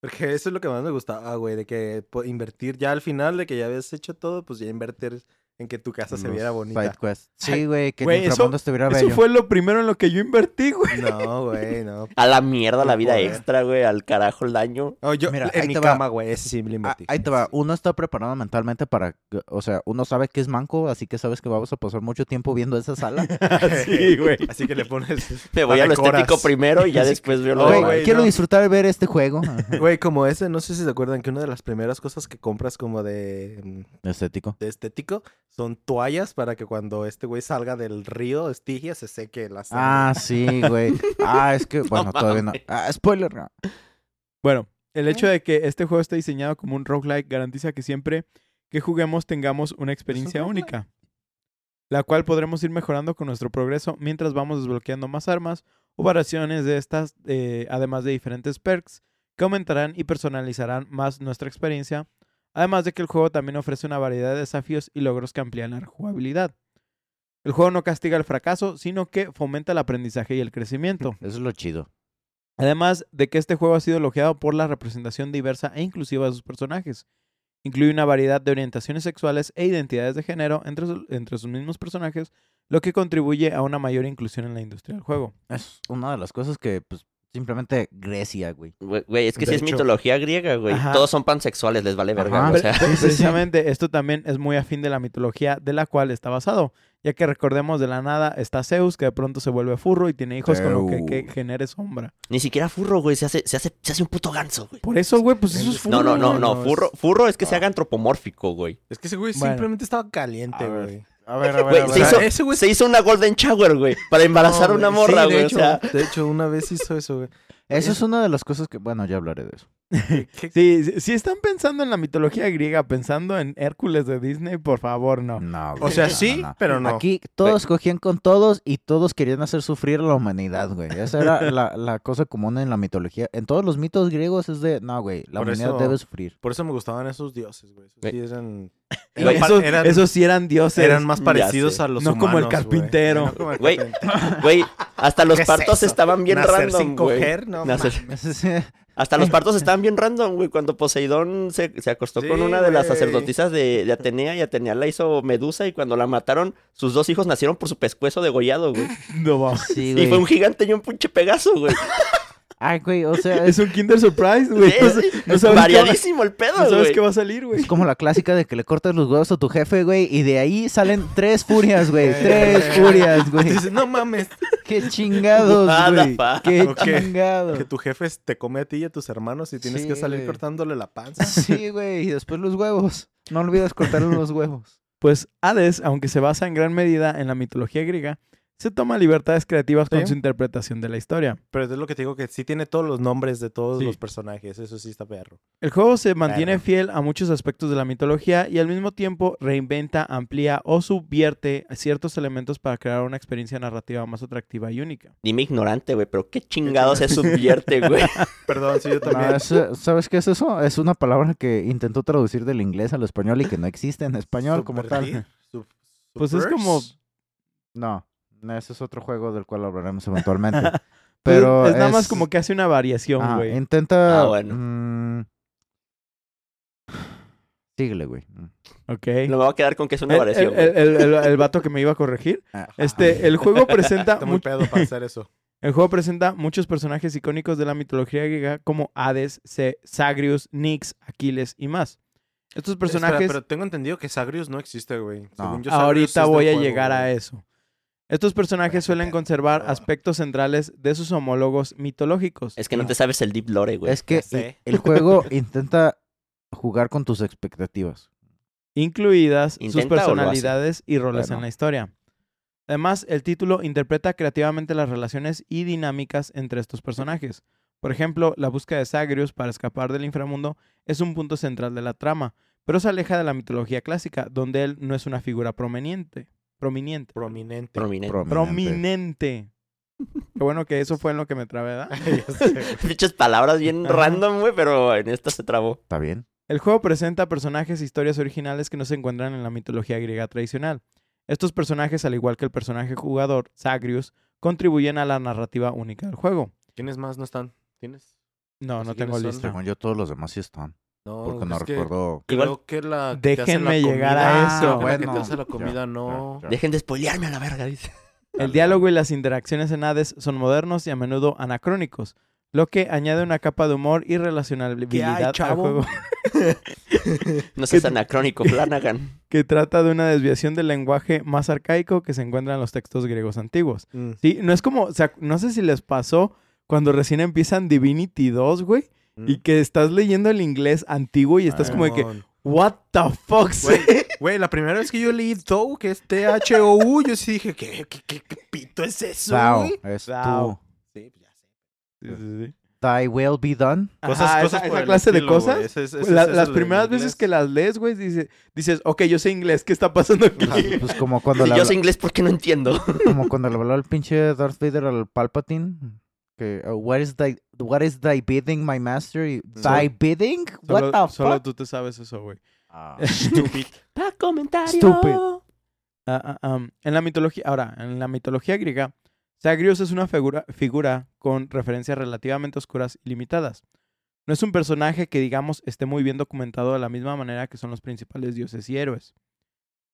D: Porque eso es lo que más me gustaba, güey, de que po- invertir ya al final, de que ya habías hecho todo, pues ya invertir en que tu casa se
B: Los
D: viera bonita.
B: side quests. Sí, güey, que
A: Güey,
B: el
A: eso-
B: inframundo estuviera
A: Eso
B: bello.
A: fue lo primero en lo que yo invertí, güey.
D: No, güey, no.
C: A la mierda la vida
D: Joder.
C: extra, güey. Al carajo el daño.
D: No, yo
B: Mira, ahí
D: en mi
B: te va.
D: cama, güey, ese sí le
B: Ah,
D: invertí.
B: ahí te va. Uno está preparado mentalmente para... que- O sea, uno sabe que es manco, así que sabes que vamos a pasar mucho tiempo viendo esa sala.
A: Sí, güey.
D: Así que le pones.
C: Me voy a lo
D: decoras.
C: estético primero y ya después veo lo
D: Ay,
B: Güey,
C: demás.
D: güey,
B: quiero
D: no.
B: disfrutar ver este juego. Ajá.
D: Güey, como ese, no sé si se acuerdan que una de las primeras cosas que compras como de, mm,
B: Estético.
D: de estético son toallas para que cuando este güey salga del río Estigia se seque la
B: Ah,
D: sangre.
B: sí, güey. Ah, es que, bueno, todavía no.
C: mames.
B: Ah, spoiler. no.
A: Bueno, el hecho de que este juego esté diseñado como un roguelike garantiza que siempre que juguemos tengamos una experiencia
D: roguelike.
A: única, la cual podremos ir mejorando con nuestro progreso mientras vamos desbloqueando más armas o variaciones de estas, eh, además de diferentes perks que aumentarán y personalizarán más nuestra experiencia, además de que el juego también ofrece una variedad de desafíos y logros que amplían la jugabilidad. El juego no castiga el fracaso, sino que fomenta el aprendizaje y el crecimiento.
B: Eso es lo chido.
A: Además de que este juego ha sido elogiado por la representación diversa e inclusiva de sus personajes. Incluye una variedad de orientaciones sexuales e identidades de género entre, su- entre sus mismos personajes, lo que contribuye a una mayor inclusión en la industria del juego.
B: Es una de las cosas que, pues, simplemente Grecia, güey.
C: Güey, güey, es que si
D: De
C: es
D: hecho.
C: mitología griega, güey.
A: Ajá.
C: Todos son pansexuales, les vale verga.
B: Ajá.
C: güey, o sea.
A: Pre- Precisamente esto también es muy afín de la mitología de la cual está basado, ya que recordemos de la nada está Zeus, que de pronto se vuelve furro y tiene hijos con lo que, que
B: Zeus.
A: genere sombra.
C: Ni siquiera furro, güey. Se hace, se hace, se hace un puto ganso, güey.
A: Por eso, güey, pues eso es furro.
C: No, no, no,
A: güey.
C: no.
D: no,
C: Furro, furro es que se haga antropomórfico, güey.
D: Es que ese güey
A: Bueno.
D: simplemente estaba caliente,
B: A ver.
D: güey.
B: A ver, a
C: Güey,
D: O
C: se
D: sea,
C: hizo-
D: ese güey
C: Se hizo una golden shower, güey. Para embarazar a
D: No,
C: una
D: güey, sí,
C: morra,
D: de
C: güey. O
D: hecho,
C: sea,
D: De hecho, una vez hizo eso, güey.
B: Ah, Eso es una de las cosas que, bueno, ya hablaré de eso.
D: ¿Qué-
A: Sí, si- si están pensando en la mitología griega, pensando en Hércules de Disney, por favor, no.
B: No,
D: Ah. O
B: güey,
D: sea,
B: no, no,
D: sí,
B: no.
D: pero no.
B: Aquí todos cogían con todos y todos querían hacer sufrir a la humanidad, güey. Esa era la, la cosa común en la mitología. En todos los mitos griegos es de, no, güey, la
D: Por
B: humanidad
D: eso-
B: debe sufrir.
D: Por eso me gustaban esos dioses, güey. Esos
C: Güey.
D: sí eran.
C: Güey,
D: pa-
A: esos, esos sí eran dioses.
D: Eh, eran más
C: Ya
D: parecidos
C: sé.
D: a los
A: No como el
D: humanos, güey.
A: carpintero.
D: No como el
C: Güey,
D: carpintero.
C: güey, hasta los
D: ¿Qué es
C: partos
D: eso?
C: estaban bien
D: Nacer
C: random,
D: sin
C: güey.
D: coger, no
C: Nacer-
B: Ese-
C: Hasta los partos estaban bien random, güey. Cuando Poseidón se, se acostó con
D: Sí,
C: una de las
D: güey.
C: sacerdotisas de, de Atenea y Atenea la hizo Medusa y cuando la mataron, sus dos hijos nacieron por su pescuezo degollado, güey.
A: No, va.
B: sí,
C: Y fue un
B: güey.
C: gigante y un pinche Pegaso, güey.
B: Ay, güey, o sea,
A: Es un Kinder Surprise, güey. No sé-
C: Sí,
A: no sabes qué va-
C: variadísimo el pedo,
A: No sabes
C: güey.
A: qué va a salir, güey.
B: Es como la clásica de que le cortas los huevos a tu jefe, güey, y de ahí salen tres furias, güey. Tres furias, güey.
D: Dices, no mames,
B: Qué chingados,
C: Nada,
B: güey.
C: pa.
B: Qué
D: Ok. que
B: chingados.
D: tu jefe te come a ti y a tus hermanos y tienes
B: Sí,
D: que salir
B: güey.
D: cortándole la panza.
B: Sí, güey, y después los huevos. No olvides cortarle los huevos.
A: Pues Hades, aunque se basa en gran medida en la mitología griega, se toma libertades creativas con
D: Sí.
A: su interpretación de la historia.
D: Pero es lo que te digo, que sí tiene todos los nombres de todos
A: Sí.
D: los personajes. Eso sí está perro.
A: El juego se mantiene
D: Claro.
A: fiel a muchos aspectos de la mitología y al mismo tiempo reinventa, amplía o subvierte ciertos elementos para crear una experiencia narrativa más atractiva y única.
C: Dime ignorante, güey, pero qué chingados se subvierte, güey.
D: Perdón, sí, yo
B: No,
D: también.
B: es- eh, ¿Sabes qué es eso? Es una palabra que intentó traducir del inglés al español y que no existe en español como tal.
D: Subvertir, sub-
A: Pues es como-
D: subvers.
B: No, no, ese es otro juego del cual hablaremos eventualmente. Pero
A: es, es nada más como que hace una variación,
B: Ajá,
A: güey.
B: intenta...
C: Ah, bueno.
B: mm, Síguele, güey. Mm.
A: Ok.
C: No me va a quedar con que es una
D: Eh,
A: El,
C: variación,
A: el,
C: güey.
A: el- el- el vato que me iba a corregir.
B: Ah,
A: Este, el juego presenta
D: Está muy
A: mu-
D: pedo para hacer eso.
A: el juego presenta muchos personajes icónicos de la mitología griega como Hades, Se- Sagrius, Nix, Aquiles y más. Estos personajes
D: Espera, pero tengo entendido que Sagrius no existe, güey. Según yo, Sagrius
A: ahorita
D: es del
A: voy a
D: juego,
A: llegar a
D: güey.
A: eso. Estos personajes suelen conservar
D: Ah.
A: aspectos centrales de sus homólogos mitológicos.
C: Es que
D: eh,
C: no te sabes el deep lore, güey.
B: Es que
D: ya sé.
B: el juego intenta jugar con tus expectativas.
A: incluidas sus
C: Intenta o lo hace.
A: personalidades y roles en
B: Bueno.
A: la historia. Además, el título interpreta creativamente las relaciones y dinámicas entre estos personajes. Por ejemplo, la búsqueda de Sagrius para escapar del inframundo es un punto central de la trama, pero se aleja de la mitología clásica, donde él no es una figura prominente. Prominente.
D: Prominente.
C: Prominente.
A: Prominente. Qué bueno que eso fue en lo que me trabé, ¿verdad?
D: Ya sé, güey.
C: Pinches palabras bien
A: Ajá.
C: random, güey, pero en esta se trabó.
B: Está bien.
A: El juego presenta personajes e historias originales que no se encuentran en la mitología griega tradicional. Estos personajes, al igual que el personaje jugador, Zagreus, contribuyen a la narrativa única del juego.
D: ¿Quiénes más no están? ¿Tienes?
A: No,
D: Pues,
A: no
D: ¿quiénes
A: tengo
D: son?
A: lista.
B: Según yo, todos los demás sí están.
D: No,
B: Porque no
D: Oh, es que
B: recuerdo.
D: Creo
C: Igual-
D: que la que te hace la
A: Déjenme llegar
D: comida-
A: a
B: Ah,
A: eso.
D: la que
B: bueno.
D: te hace
B: Ya,
D: la comida, no.
B: ya, ya.
C: Dejen de spoilearme a la verga, dice.
A: El diálogo y las interacciones en Hades son modernos y a menudo anacrónicos, lo que añade una capa de humor y
D: ¿Qué hay,
A: relacionabilidad al
D: chavo?
A: juego,
C: No seas
A: ¿Qué-
C: anacrónico, Flanagan.
A: que trata de una desviación del lenguaje más arcaico que se encuentra en los textos griegos antiguos.
D: Mm.
A: Sí, no es como, o sea, no sé si les pasó cuando recién empiezan Divinity 2, güey, y
D: Mm.
A: que estás leyendo el inglés antiguo y estás como de que,
D: Simón.
A: what the fuck,
D: Ah, Güey,
A: güey?"
D: Güey, la primera vez que yo leí Thou, que es T-H-O-U, yo sí dije, ¿qué, qué, qué, qué pito es eso,
B: Thou,
D: güey?
B: es
A: Thou.
B: tú.
D: Sí, pues ya sé.
A: Sí, sí, sí.
B: Thy will be done.
A: Ajá, esa-
D: por
A: esa
D: el
A: clase de
D: estilo, güey.
A: cosas.
D: Ese es-
A: Güey,
D: ese
A: la-
D: es- ese
A: las
D: es el
A: primelas
D: inglés.
A: veces que las lees, güey, dice- dices, ok, yo sé inglés, ¿qué está pasando aquí?
B: Ajá, Pues como cuando,
C: Si
B: le
C: yo
B: habla-
C: sé inglés, ¿por qué no entiendo?
B: como cuando le habló el pinche Darth Vader al Palpatine. Que, uh, what, is thy, what is thy bidding, my master? Y, ¿Thy bidding?
A: Solo,
B: What the
A: solo
B: fuck?
A: tú te sabes eso, güey.
B: Ah.
C: Stupid. Pa' comentario.
A: Stupid. Ah, ah, am. en la mitología, ahora, en la mitología griega, Zagreus es una figura, figura con referencias relativamente oscuras y limitadas. No es un personaje que, digamos, esté muy bien documentado de la misma manera que son los principales dioses y héroes.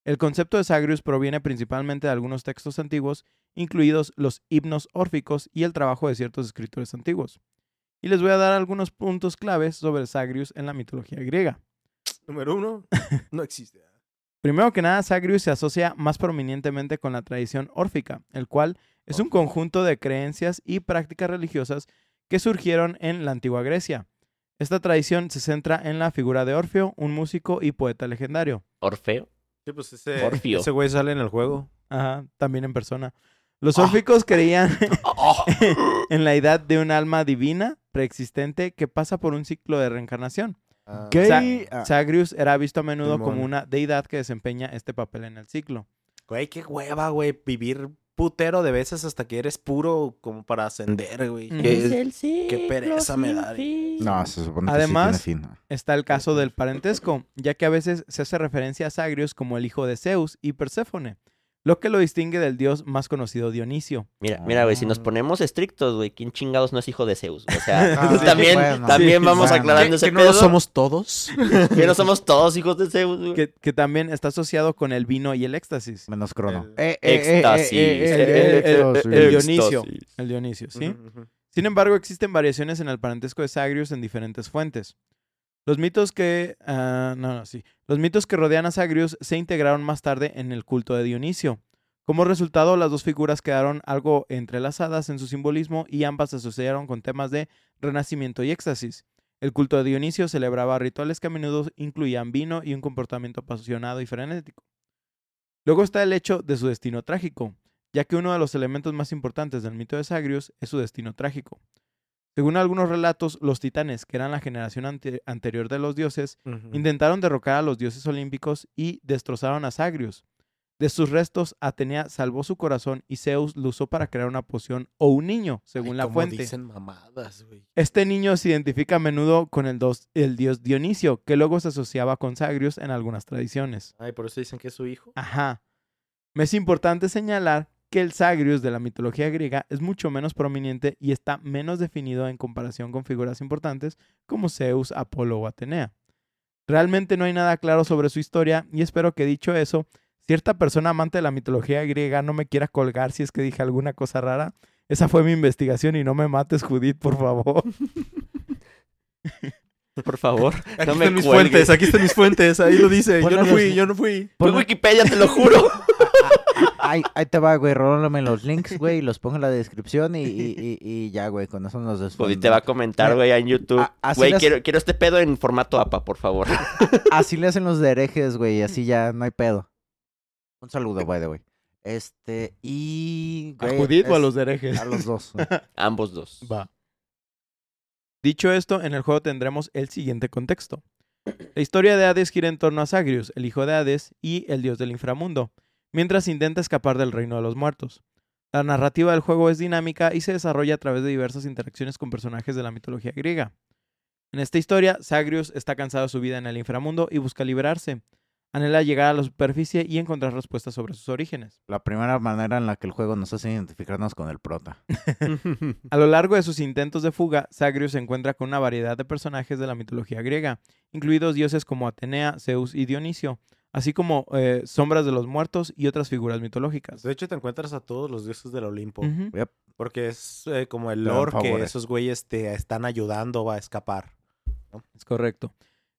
A: El concepto de Zagreus proviene principalmente de algunos textos antiguos, incluidos los himnos órficos y el trabajo de ciertos escritores antiguos. Y les voy a dar algunos puntos claves sobre Zagreus en la mitología griega.
D: Número uno, no existe.
A: Primero que nada, Zagreus se asocia más prominentemente con la tradición órfica, el cual es un conjunto de creencias y prácticas religiosas que surgieron en la antigua Grecia. Esta tradición se centra en la figura de Orfeo, un músico y poeta legendario.
C: Orfeo.
D: Sí, pues ese,
C: Orfeo.
D: ese güey sale en el juego.
A: Ajá, también en persona. Los
C: Ah.
A: órficos creían
C: Oh,
A: en la idea de un alma divina preexistente que pasa por un ciclo de reencarnación.
B: ¿Qué?
A: Sa-
B: Ah.
A: Zagreus era visto a menudo como
D: Simón.
A: una deidad que desempeña este papel en el ciclo.
D: Güey, qué hueva, güey, vivir putero de veces hasta que eres puro como para ascender, güey.
A: Ujú.
D: Qué-
A: Es
D: qué pereza me da.
B: No, se supone que
A: Además- ah,
B: sí tiene fin.
A: está el caso del parentesco, ya que a veces se hace referencia a Sagrius como el hijo de Zeus y Perséfone, lo que lo distingue del dios más conocido Dionisio.
C: Mira, mira, güey, si nos
B: Ah.
C: ponemos estrictos, güey, ¿quién chingados no es hijo de Zeus? O sea,
B: Ah, sí,
C: también,
B: bueno.
C: también
B: Sí,
C: vamos
B: bueno.
C: aclarando ese
D: que no
C: pedo.
D: lo somos todos.
C: Que no somos todos hijos de Zeus, güey.
A: Que, que también está asociado con el vino y el éxtasis.
B: Menos crono.
D: El-
B: Eh, eh, eh, eh,
C: Éxtasis.
B: eh, eh,
A: eh,
B: eh,
A: eh,
B: sí.
A: eh,
B: Yo-
A: Dionisio.
C: Éxtasis.
A: El Dionisio, ¿sí?
D: Ujú, ujú.
A: Sin embargo, existen variaciones en el parentesco de Sagrius en diferentes fuentes. Los mitos que. ah, no, no, sí. Los mitos que rodean a Sagrius se integraron más tarde en el culto de Dionisio. Como resultado, las dos figuras quedaron algo entrelazadas en su simbolismo y ambas se asociaron con temas de renacimiento y éxtasis. El culto de Dionisio celebraba rituales que a menudo incluían vino y un comportamiento apasionado y frenético. Luego está el hecho de su destino trágico, ya que uno de los elementos más importantes del mito de Sagrius es su destino trágico. Según algunos relatos, los titanes, que eran la generación ante- anterior de los dioses, intentaron derrocar a los dioses olímpicos y destrozaron a Sagrius. De sus restos, Atenea salvó su corazón y Zeus lo usó para crear una poción o un niño, según
D: Ay,
A: la
D: cómo
A: fuente.
D: dicen mamadas, güey.
A: Este niño se identifica a menudo con el, dos- el dios Dionisio, que luego se asociaba con Sagrius en algunas tradiciones.
D: Ay, por eso dicen que es su hijo.
A: Ajá. Me es importante señalar que el Sagrius de la mitología griega es mucho menos prominente y está menos definido en comparación con figuras importantes como Zeus, Apolo o Atenea. Realmente no hay nada claro sobre su historia y espero que dicho eso, cierta persona amante de la mitología griega no me quiera colgar si es que dije alguna cosa rara. Esa fue mi investigación y no me mates, Judith, por favor.
C: Por favor,
D: Aquí
C: no
D: están
C: me
D: mis
C: cuelgues.
D: fuentes, aquí están mis fuentes, ahí lo dice. Yo
B: Ponle
D: no
B: los
D: fui,
B: li-
D: yo no fui.
C: Fue
B: Ponle-
C: Wikipedia, te lo juro.
B: Ahí, ahí te va, güey. Rólame los links, güey. y Los pongo en la descripción y, y, y, y ya, güey. Con eso nos
C: Pues
B: despedimos.
C: te va a comentar, güey, en YouTube.
B: A- así
C: Güey,
B: las-
C: quiero, quiero este pedo en formato APA, por favor.
B: Así le hacen los de herejes, güey. Así ya no hay pedo. Un saludo, by the way. Este, y. güey, es-
A: herejes?
B: A los dos.
C: Ambos dos.
A: Va. Dicho esto, en el juego tendremos el siguiente contexto. La historia de Hades gira en torno a Zagreus, el hijo de Hades y el dios del inframundo, mientras intenta escapar del reino de los muertos. La narrativa del juego es dinámica y se desarrolla a través de diversas interacciones con personajes de la mitología griega. En esta historia, Zagreus está cansado de su vida en el inframundo y busca liberarse. Anhela llegar a la superficie y encontrar respuestas sobre sus orígenes.
B: La primera manera en la que el juego nos hace identificarnos con el prota.
A: A lo largo de sus intentos de fuga, Zagreus se encuentra con una variedad de personajes de la mitología griega, incluidos dioses como Atenea, Zeus y Dionisio, así como eh, sombras de los muertos y otras figuras mitológicas.
D: De hecho, te encuentras a todos los dioses del Olimpo.
A: Ujú.
B: Yep.
D: Porque es eh, como el
B: Te dan
D: lore que
B: favores.
D: esos güeyes te están ayudando a escapar.
A: Es correcto.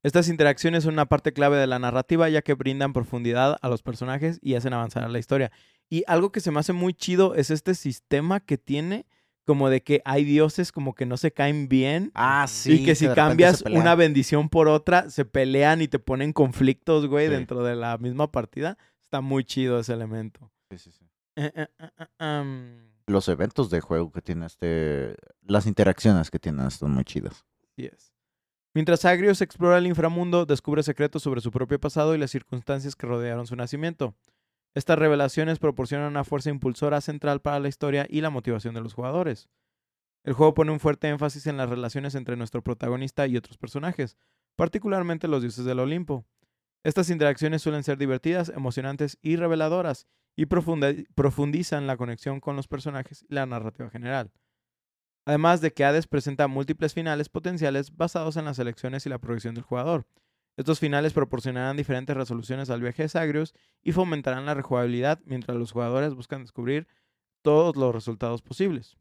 A: Estas interacciones son una parte clave de la narrativa ya que brindan profundidad a los personajes y hacen avanzar a la historia. Y algo que se me hace muy chido es este sistema que tiene como de que hay dioses como que no se caen bien
B: Ah, sí.
A: y que si
B: de repente
A: cambias
B: se pelean.
A: una bendición por otra se pelean y te ponen conflictos, güey,
B: Sí.
A: dentro de la misma partida. Está muy chido ese elemento.
B: Sí, sí, sí.
A: Eh, eh, eh, eh, am.
B: Los eventos de juego que tiene este. Las interacciones que tienen son muy chidas.
A: Así es. Mientras Agrios explora el inframundo, descubre secretos sobre su propio pasado y las circunstancias que rodearon su nacimiento. Estas revelaciones proporcionan una fuerza impulsora central para la historia y la motivación de los jugadores. El juego pone un fuerte énfasis en las relaciones entre nuestro protagonista y otros personajes, particularmente los dioses del Olimpo. Estas interacciones suelen ser divertidas, emocionantes y reveladoras, y profunda- profundizan la conexión con los personajes y la narrativa general. Además de que Hades presenta múltiples finales potenciales basados en las elecciones y la progresión del jugador. Estos finales proporcionarán diferentes resoluciones al viaje de Sagrius y fomentarán la rejugabilidad mientras los jugadores buscan descubrir todos los resultados posibles.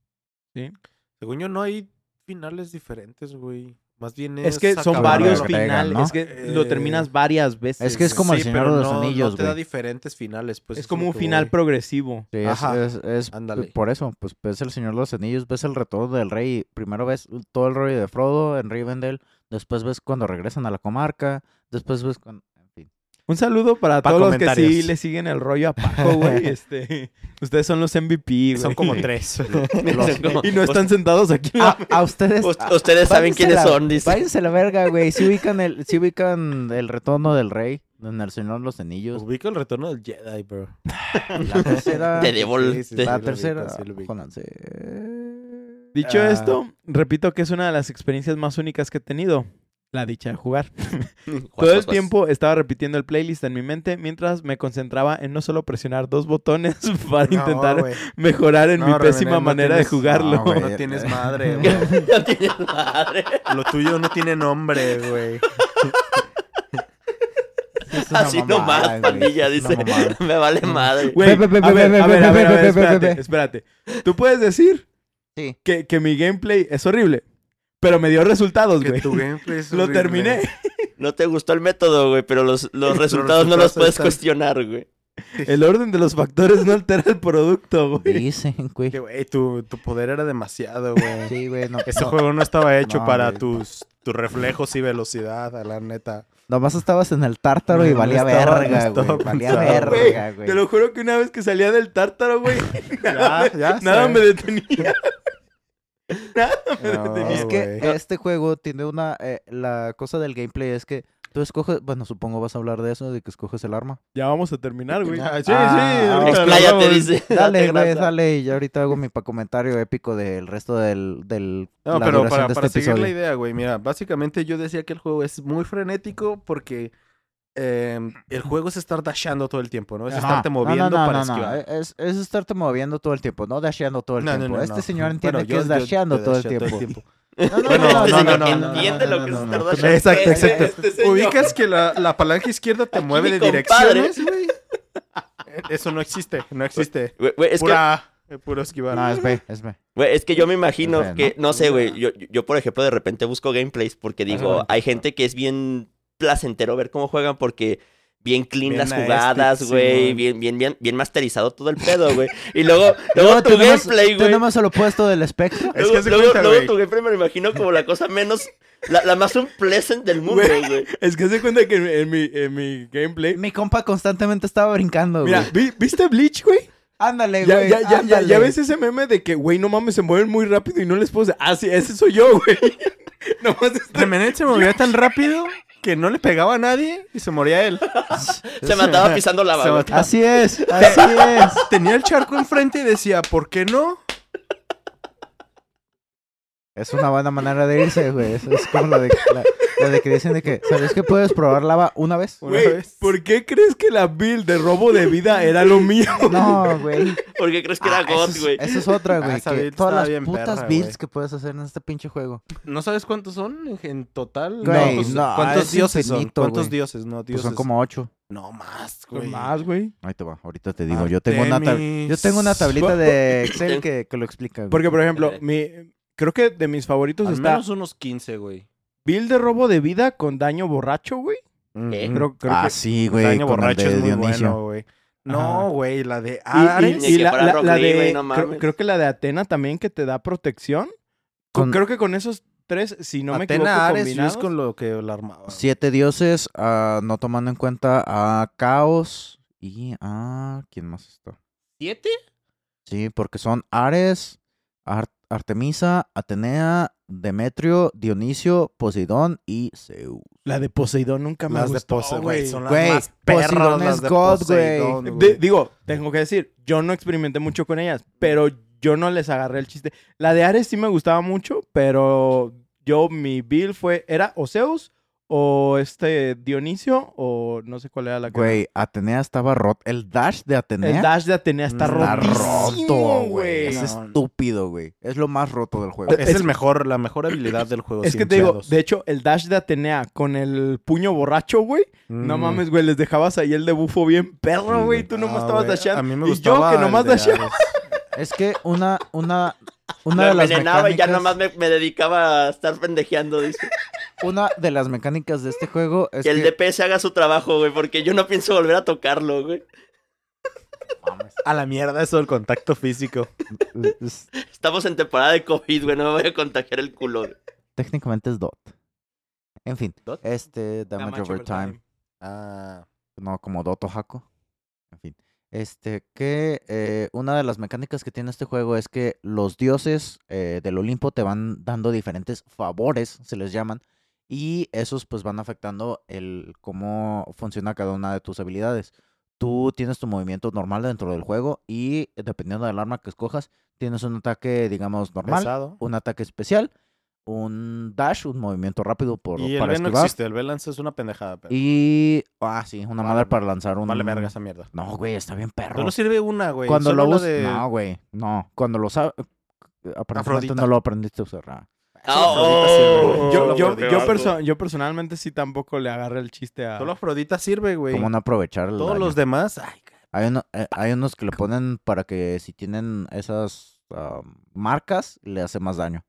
D: Según yo, no hay finales diferentes, güey. Más bien
A: Es que son
B: acabar
A: varios
B: lo que
A: finales,
B: tengan, ¿no?
A: es que lo
D: Eh,
A: terminas varias veces.
B: es que es como el Señor
D: pero
B: de los
D: no-
B: Anillos,
D: No te da
B: güey.
D: diferentes finales, pues.
A: es
D: eso
A: como
D: lo
A: un
D: que
A: final
D: voy.
A: progresivo.
B: Sí, es-
D: Ajá.
B: es, es
D: Ándale.
B: por eso, pues ves el Señor de los Anillos, ves el retorno del rey, primero ves todo el rollo de Frodo en Rivendell, después ves cuando regresan a la comarca, después ves cuando... en fin.
A: Un saludo para
D: Pa'
A: todos los que sí
D: comentarios.
A: le siguen el rollo a Paco, güey. Este, ustedes son los MVP, güey.
D: Son como tres. Ah,
B: Los-
C: Como-
A: Y no están sentados aquí. en la
B: ah, a, a ustedes...
C: Ust-
B: a-
C: ustedes saben
B: váyanse
C: quiénes
B: la-
C: son, dice.
B: Váyanse a la verga, güey, si ubican el, si ubican el retorno del rey en el Señor de los Anillos,
D: Ubico el retorno del Jedi, bro.
B: la tercera...
C: Te debo el-
D: Sí, sí,
C: te-
D: sí.
B: la
D: lo
B: tercera...
D: ubico, sí lo ubico.
B: jódanse.
A: Dicho
D: Ah.
A: esto, repito que es una de las experiencias más únicas que he tenido. La dicha de jugar.
C: Juas,
A: Todo el
C: juas, juas.
A: tiempo estaba repitiendo el playlist en mi mente mientras me concentraba en no solo presionar dos botones para
D: No,
A: intentar
D: güey.
A: mejorar en
D: No,
A: mi
D: René,
A: pésima
D: no
A: manera
D: tienes-
A: de jugarlo.
B: no, güey.
D: No tienes madre, güey.
C: no tienes madre.
D: Lo tuyo no tiene nombre, güey.
B: Es una
C: Así nomás,
B: mamada, güey,
C: pandilla,
B: es una
C: dice.
B: mamada.
C: Me vale madre.
A: Güey,
B: Ve, ve, ve,
A: a
B: ve,
A: ver,
B: ve,
A: a
B: ve,
A: ver,
B: ve,
A: a ver,
B: ve,
A: a ver,
B: ve, ve,
A: espérate,
B: ve, ve.
A: espérate. Tú puedes decir
B: Sí.
A: que, que mi gameplay es horrible, pero me dio resultados,
D: Que
A: güey.
D: tu gameplay es
A: Lo
D: horrible.
A: terminé.
C: No te gustó el método, güey, pero los, los
D: Los
C: resultados no los
D: resultados
C: puedes
D: están-
C: cuestionar, güey.
A: El orden de los factores no altera el producto, güey.
B: Dicen, güey.
D: Que, güey, tu, tu poder era demasiado, güey.
B: Sí, güey, no,
D: Ese
B: no,
D: juego no estaba hecho
B: No,
D: para
B: güey.
D: tus, tus reflejos y velocidad, a la neta.
B: Nomás estabas en el tártaro y
D: No, no
B: valía
D: estaba- no
B: verga, güey.
D: estaba
B: valía
D: pensado,
B: verga, güey.
A: Te lo juro que una vez que salía del tártaro, güey, nada,
D: Ya, ya
A: me- nada
D: sé.
A: me detenía. nada me
D: No,
A: detenía.
B: Es que
D: güey.
B: este juego tiene una... eh, la cosa del gameplay es que tú escoges... Bueno, supongo vas a hablar de eso, de que escoges el arma.
A: Ya vamos a terminar, güey.
D: Ah, sí,
B: Ah,
D: sí. ahorita lo
C: Expláyate,
D: hablamos.
C: dice.
B: Dale,
C: Date
B: güey,
C: grasa.
B: dale. Y yo ahorita hago mi pa- comentario épico del resto del... del
D: No,
B: la
D: pero
B: duración
D: para,
B: de
D: para
B: este
D: seguir la
B: episodio.
D: idea, güey, mira, básicamente yo decía que el juego es muy frenético porque eh, el juego es estar dasheando todo el tiempo, ¿no? Es
B: Ajá.
D: estarte
B: No, no,
D: moviendo
B: no, no,
D: para
B: eh. no,
D: esquivar.
B: Es, es estarte moviendo todo el tiempo, no dasheando todo el
D: No, no,
B: tiempo.
D: no,
B: este
D: no.
B: señor entiende
D: Bueno,
B: que
D: yo-
B: es
D: yo- yo
B: dasheando todo el
D: dasheo
B: tiempo.
D: No, no,
C: Bueno,
D: no,
C: este
D: no,
C: señor
D: no, no,
C: entiende
D: no,
C: lo
D: no,
C: que
D: no,
C: es
D: no.
C: estar
B: no.
C: dashando.
D: Exacto,
C: Este
D: exacto.
C: señor.
D: Ubicas que la, la palanca izquierda te mueve de
C: mi compadre.
D: direcciones, güey. Eh, Eso no existe, no existe.
C: Güey, güey, es que
D: Pura, eh, puro esquivar.
B: No, es B, es B.
C: Güey, es que yo me imagino
B: Pues,
C: que, no sé, güey,
D: Ya.
C: yo, yo, por ejemplo de repente busco gameplays porque digo,
D: Ajá.
C: hay gente que es bien placentero ver cómo juegan porque bien clean
D: Bien
C: las
D: aesthetic,
C: jugadas, güey,
D: Simón.
C: bien, bien, bien, bien masterizado todo el pedo, güey. Y luego, luego
B: Luego
C: tu
B: tenemos,
C: gameplay, güey.
B: tenemos el opuesto del espectro.
D: Es
C: Luego,
D: que haz de
C: luego-
D: cuenta,
C: luego
D: güey.
C: tu gameplay me lo imagino como la cosa menos, la, la más unpleasant del mundo,
A: Güey.
C: güey.
A: Es que se cuenta que en, en mi, en mi gameplay.
B: Mi compa constantemente estaba brincando, güey.
A: Mira, ¿vi- ¿viste Bleach, güey?
B: Ándale,
A: Ya,
B: güey.
A: ya, ya, ya,
B: ándale.
A: ya ves ese meme de que, güey, no mames, se mueven muy rápido y no les puedo. Ah, sí, ese soy yo, güey. Nomás este-
D: Remenet se movió tan rápido que no le pegaba a nadie y se moría él.
C: Se mataba pisando la
D: Se
C: baba.
D: mataba.
B: Así es, así es.
D: Tenía el charco enfrente y decía, ¿por qué no?
B: Es una buena manera de irse, güey. Eso Es como lo de, la, lo de que dicen de que, ¿sabes que puedes probar lava una vez?
D: Una vez.
A: ¿por qué crees que la build de robo de vida era lo mío?
B: No, güey.
C: Porque crees que era
B: Ah,
C: God,
B: eso es-
C: güey.
B: Eso es otra, güey.
D: esa
B: que
D: build
B: todas
D: estaba
B: las
D: bien
B: putas
D: perra,
B: builds
D: güey.
B: que puedes hacer en este pinche juego.
D: ¿No sabes cuántos son en- en total?
B: Güey,
D: ¿Cuántos,
B: no,
D: cuántos
B: es
D: dioses
B: infinito,
D: son? ¿Cuántos
B: güey.
D: dioses? No,
B: Pues
D: dioses.
B: son como ocho.
D: No, más, güey.
A: Más, güey.
B: Ahí te va, ahorita te
D: Ah,
B: digo. Yo tengo una, tab- yo
D: Artemis.
B: tengo una tablita de Excel que, que lo explica, güey.
A: Porque, por ejemplo,
C: Ok.
A: mi, creo que de mis
D: Pues
A: favoritos
E: Al
A: está
E: menos unos 15, güey.
A: build de robo de vida con daño borracho, güey.
C: ¿Qué?
D: Ujú.
A: Eh, Creo, creo
B: ah,
A: que
B: sí, güey.
A: daño
B: con el
A: borracho
B: de
A: es muy
B: Dionisio.
A: bueno, güey. Ajá.
D: No, güey, la de
A: Y- y- Y,
D: Adares.
C: Ni que
A: la,
C: fuera
A: la-
C: Rock
A: la
C: Lee, güey,
A: de.
C: no
A: creo,
C: mames.
A: creo que la de Atena también que te da protección. Co-
B: Con-
A: Creo que con esos tres, si no me equivoco,
D: Atena, Ares,
A: combinados.
D: Zeus con lo que la armaba.
B: Siete dioses, ah, no tomando en cuenta a Caos y a... ¿Quién más está?
E: ¿Siete?
B: Sí, porque son Ares, Ar- Artemisa, Atenea, Demetrio, Dionisio, Poseidón y Zeus.
A: La de Poseidón nunca me
D: Las de
A: gustó,
D: Poseidón,
A: güey.
D: güey. Son las
B: Güey,
D: más perras
B: Poseidón
D: las
B: es
D: de
B: God,
D: Poseidón,
A: De-
D: güey.
A: digo, tengo que decir, yo no experimenté mucho con ellas, pero yo no les agarré el chiste. La de Ares sí me gustaba mucho, pero yo, mi build fue, era o Zeus o este Dionisio o no sé cuál era la que...
B: Güey, Atenea estaba rot. El dash de
A: era. El
B: Atenea
A: dash de Atenea está,
D: Está
A: rotísimo, güey.
B: Es
D: No,
B: estúpido, güey. Es lo más roto del juego.
D: Es,
A: Es-
D: el mejor, la mejor habilidad del juego.
A: Es que
D: sin
A: te digo,
D: pedos.
A: de hecho, el dash de Atenea con el puño borracho, güey. No
D: Mm.
A: mames, güey, les dejabas ahí el debufo bien
B: Sí,
A: perro,
B: güey.
A: güey. Tú nomás
D: Ah,
A: estabas
D: güey,
A: dasheando.
D: A mí me
A: y yo
D: gustaba
A: que
D: el
A: nomás
D: de
A: dasheaba.
D: Ares.
B: Es que una, una, una
C: Lo
B: de las
C: envenenaba y ya
B: mecánicas-
C: nomás me, me dedicaba a estar pendejeando, dice.
B: Una de las mecánicas de este juego es
C: que el
B: que-
C: DPS haga su trabajo, güey, porque yo no pienso volver a tocarlo, güey.
B: Mames,
D: A la mierda eso del contacto físico.
B: es-
C: Estamos en temporada de COVID, güey, no me voy a contagiar el culo, güey.
B: técnicamente es dot. En fin,
D: ¿Dot?
B: este damage, over time.
D: Ah.
B: No, como Doto Jaco. En fin. Este, que eh, una de las mecánicas que tiene este juego es que los dioses eh, del Olimpo te van dando diferentes favores, se les llaman, y esos pues van afectando el cómo funciona cada una de tus habilidades. Tú tienes tu movimiento normal dentro del juego y eh, dependiendo del arma que escojas, tienes un ataque, digamos, normal,
D: Pesado.
B: un ataque especial, un dash, un movimiento rápido por,
D: y el
B: para
D: B no
B: esquivar,
D: existe. El B lanza es una pendejada, pero.
B: y, ah, sí, una
D: Vale,
B: madre para lanzar un...
D: Vale verga esa mierda.
B: No, güey, está bien perro.
D: Solo sirve una, güey.
B: Cuando
D: Solo
B: lo
D: la
B: usas...
D: de-
B: No, güey, no. Cuando lo sabes... Aparentemente
D: Afrodita.
B: no lo aprendiste a usar. ah.
C: Ah,
D: Afrodita
C: oh.
D: sirve, güey.
A: Yo,
C: Solo
A: yo,
C: por
A: yo,
C: algo.
A: perso- yo personalmente sí tampoco le agarré el chiste a...
D: Solo Afrodita sirve, güey.
B: ¿Cómo no aprovechar el
D: Todos
B: daño?
D: los demás. Ay,
B: Hay, uno- eh, hay unos que le ponen para que si tienen esas ah, marcas, le hace más daño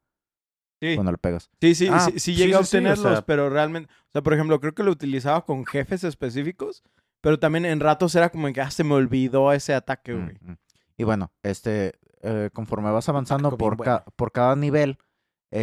A: Sí,
B: cuando le pegas.
A: sí, sí,
D: Ah,
A: sí, sí
D: sí,
A: llegué a
D: sí, sí, o
A: obtenerlos,
D: sea-
A: pero realmente... O sea, por ejemplo, creo que lo utilizaba con jefes específicos, pero también en ratos era como que, ah, se me olvidó ese ataque,
B: Mm,
A: güey.
B: mm. Y bueno, este, eh, conforme vas avanzando
D: bien
B: por,
D: bueno.
B: ca- por cada nivel,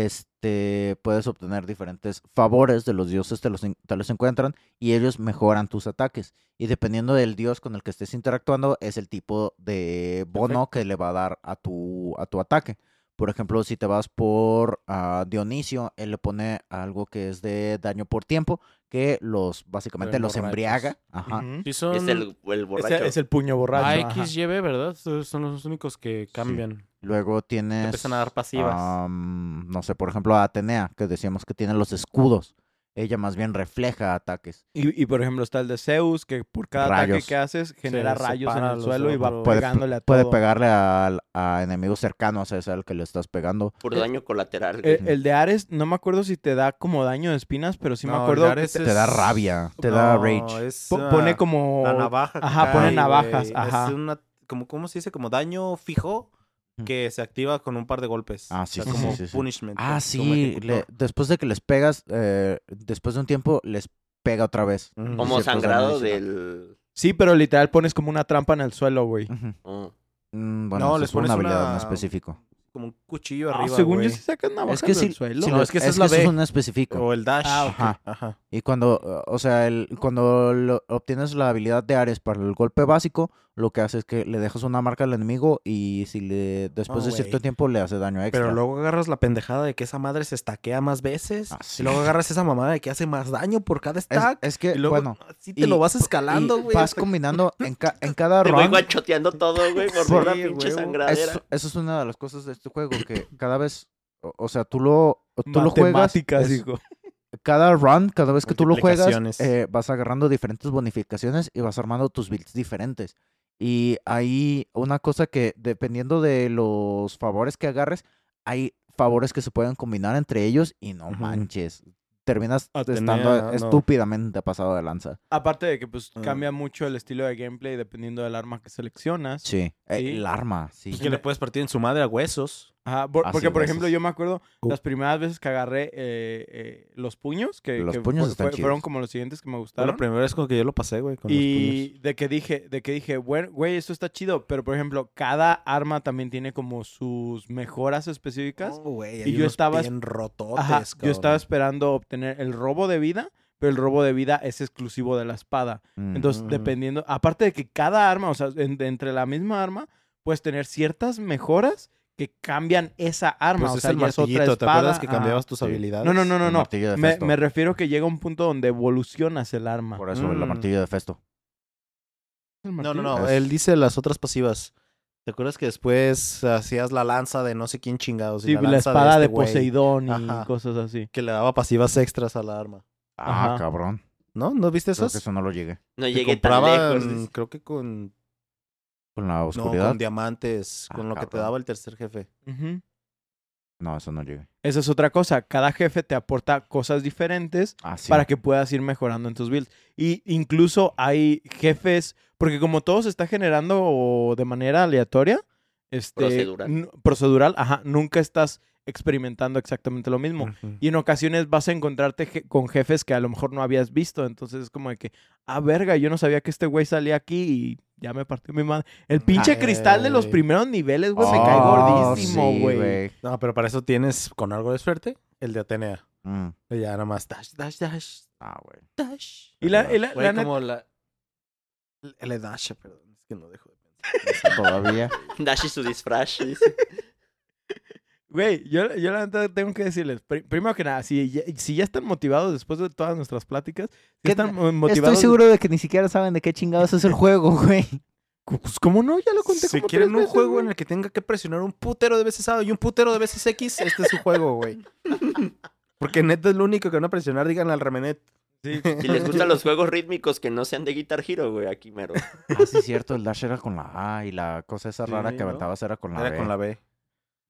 B: este, puedes obtener diferentes favores de los dioses, te los, en- te los encuentran y ellos mejoran tus ataques. Y dependiendo del dios con el que estés interactuando, es el tipo de bono que le va a dar a tu, a tu ataque. Por ejemplo, si te vas por ah, Dionisio, él le pone algo que es de daño por tiempo, que los, básicamente los
D: borrachos.
B: embriaga. Ajá.
A: Ujú.
E: Sí, son.
C: Es el, el
A: Ese-
C: borracho.
A: es el puño borracho.
E: A,
A: ajá.
E: X, Y, B, ¿verdad? Son son los únicos que cambian.
B: Luego tienes...
D: empiezan a dar pasivas.
B: am, no sé, por ejemplo, a Atenea, que decíamos que tiene los escudos. Ella más bien refleja ataques.
A: Y, y, por ejemplo está el de Zeus, que por cada
B: Rayos.
A: ataque que haces genera rayos en
D: separa
A: el
D: los
A: suelo y va
D: otros.
B: Puede,
A: pegándole a todo.
B: puede pegarle al- a, enemigos cercanos, es al que le estás pegando.
C: Por daño colateral, güey.
A: Eh, El, de Ares, no me acuerdo si te da como daño de espinas, pero sí
D: No,
A: me
D: el
A: acuerdo.
D: de Ares
A: que te-
B: Te da
D: Es-
B: rabia, te da
D: No,
B: rage.
D: es,
A: po-
D: ah,
A: pone como.
D: La navaja. que
A: Ajá, pone
D: cae,
A: navajas,
D: güey.
A: ajá.
D: Es una. Como, ¿Cómo se dice? Como daño fijo
B: Ujú.
D: que se activa con un par de golpes.
B: Ah, sí,
D: O sea,
A: sí,
D: como
B: sí, sí, sí.
D: punishment.
B: Ah,
D: como
B: sí, le-
D: ejecutor.
B: después de que les pegas, eh, después de un tiempo, les pega otra vez.
D: Ujú.
C: Como
B: ciertos daños
C: sangrado
B: adicionales.
C: del.
A: Sí, pero literal pones como una trampa en el suelo, güey.
B: Ujú.
C: Oh.
B: Mm, bueno,
D: No,
B: no,
D: les
B: les pones
D: pones
B: una habilidad en
D: una-
B: específico.
D: Como un cuchillo
A: No,
D: arriba.
A: ah, según
D: güey.
A: yo, si sacas navajas
B: Es que
A: del
B: sí,
A: suelo.
B: sí,
D: No,
B: lo-
D: es que esa
B: es
D: es la
B: eso
D: B.
B: un específico.
D: O el dash.
A: Ah, ok.
D: Ajá. Ajá.
B: Y cuando, eh, o sea, el, cuando lo- obtienes la habilidad de Ares para el golpe básico, lo que hace es que le dejas una marca al enemigo y si le después
D: No,
B: de cierto
D: Oh, güey.
B: tiempo le hace daño extra.
D: Pero luego agarras la pendejada de que esa madre se estaquea más veces.
B: Ah, sí.
D: Y luego agarras esa mamada de que hace más daño por cada
B: es,
D: stack.
B: es que
D: y luego
B: bueno,
D: así te
B: y-
D: lo vas
B: y
D: escalando, güey.
B: Vas
D: hasta que-
B: combinando en, ca- en cada
C: Te voy
B: round.
C: guachoteando todo, güey, por
D: Sí,
C: una pinche
D: huevo.
C: sangradera.
B: Eso, eso es una de las cosas de este juego que cada vez, o, o sea, tú lo, tú lo juegas.
A: Matemáticas,
B: es-
A: hijo.
B: cada run, cada vez que tú lo juegas,
E: Multiplicaciones.
B: eh, vas agarrando diferentes bonificaciones y vas armando tus builds diferentes. Y hay una cosa que, dependiendo de los favores que agarres, hay favores que se pueden combinar entre ellos y no
E: Ujú.
B: manches. Terminas
E: Ah,
B: estando
E: tenía- no.
B: estúpidamente pasado de lanza.
A: Aparte de que pues
D: Ah.
A: cambia mucho el estilo de gameplay dependiendo del arma que seleccionas.
B: Sí. eh,
A: Sí. Pues
B: El arma, sí.
D: Y que le puedes partir en su madre a huesos.
A: Ajá, por-
B: Ah,
A: porque
B: sí,
A: por
B: gracias.
A: ejemplo yo me acuerdo
D: Uh.
A: las primeras veces que agarré eh, eh, los puños, que,
B: Los
A: que pues,
B: puños están
A: fueron
B: chidos.
A: como los siguientes que me
D: Fue
A: gustaron.
D: La primera vez con que yo lo pasé, güey. Con
A: y de que dije, de que dije, "Buen- güey, esto está chido, pero por ejemplo, cada arma también tiene como sus mejoras
D: los
A: específicas.
D: puños. No, güey,
A: y
D: hay
A: yo
D: unos
A: estaba-
D: bien rototes,
A: Ajá, yo estaba
D: cabrón.
A: esperando obtener el robo de vida, pero el robo de vida es exclusivo de la espada.
B: Mm.
A: Entonces,
D: Ujú.
A: dependiendo, aparte de que cada arma, o sea, en- de entre la misma arma, puedes tener ciertas mejoras que cambian esa arma.
D: Pues
A: o
D: es
A: sea,
D: el
A: ya es otra
D: martillito, ¿te acuerdas
A: espada,
D: que
A: ajá.
D: cambiabas tus
B: Sí.
D: habilidades?
A: No, no, no, no,
B: El
A: no.
B: martillo de
A: Me,
B: Festo.
A: me refiero que llega un punto donde evolucionas el arma.
B: Por eso, la
D: Mm.
B: martilla de Festo.
D: No, no,
B: martillo?
D: no.
B: Es-
D: Él dice las otras pasivas. ¿Te acuerdas que después hacías la lanza de no sé quién chingados? y
A: Sí, la,
D: lanza
A: espada de,
D: este güey
A: Poseidón y
D: Ajá.
A: cosas así.
D: Que le daba pasivas extras a la arma.
B: Ah,
A: Ajá.
B: cabrón.
D: ¿No? ¿No viste
B: Creo
D: esas?
B: que eso no lo llegué.
C: No
D: Que
C: llegué tan
D: compraban,
C: lejos. dice.
D: creo que con...
B: Con la
D: No,
B: oscuridad. No,
D: con diamantes,
B: Ah,
D: con lo que te
B: cabrón.
D: daba el tercer jefe.
A: Ujú.
B: eso no llegué.
A: Esa es otra cosa. Cada jefe te aporta cosas diferentes
B: Ah, sí.
A: para que puedas ir mejorando en tus builds. Y incluso hay jefes, porque como todo se está generando de manera aleatoria, este,
C: Procedural.
A: n- procedural, ajá, nunca estás experimentando exactamente lo mismo. Y en ocasiones vas a encontrarte je- con jefes que a lo mejor no habías visto. Entonces es como de que, ah, verga, yo no sabía que este güey salía aquí y ya me partió mi madre. El
D: Mm.
A: pinche cristal de los
D: Ay.
A: primeros niveles, güey, me cae
B: Oh,
A: gordísimo,
B: sí,
A: güey.
D: No, pero para eso tienes, con algo de suerte, el de Atenea.
B: Mm.
D: Y ya nada más, dash, dash, dash,
B: Ah, güey.
D: dash.
A: y la, y la-
D: Güey,
A: la neta-
D: como la... El dash, perdón, es que no dejo de pensar.
B: Todavía.
C: Dash y su disfraz. dice.
A: Güey, yo, yo la neta tengo que decirles, pri- primero que nada, si ya, si ya están motivados después de todas nuestras pláticas, si
B: ¿Qué
A: están mo- motivados...
B: de que ni siquiera saben de qué chingados es el juego, güey.
A: Pues, ¿Cómo no? Ya lo conté
D: Si
A: como
D: quieren
A: tres
D: un
A: veces,
D: juego
A: güey.
D: en el que tenga que presionar un putero de veces A y un putero de veces X, este es su juego, güey. Porque neta es lo único que van a presionar, digan al remenet.
C: Si les gustan los juegos rítmicos que no sean de Guitar Hero, güey, aquí mero.
B: Ah, sí, cierto. El dash era con la A y la cosa esa
D: Sí,
B: rara que
D: ¿no?
B: aventabas era con la
D: Era
B: B.
D: con la B.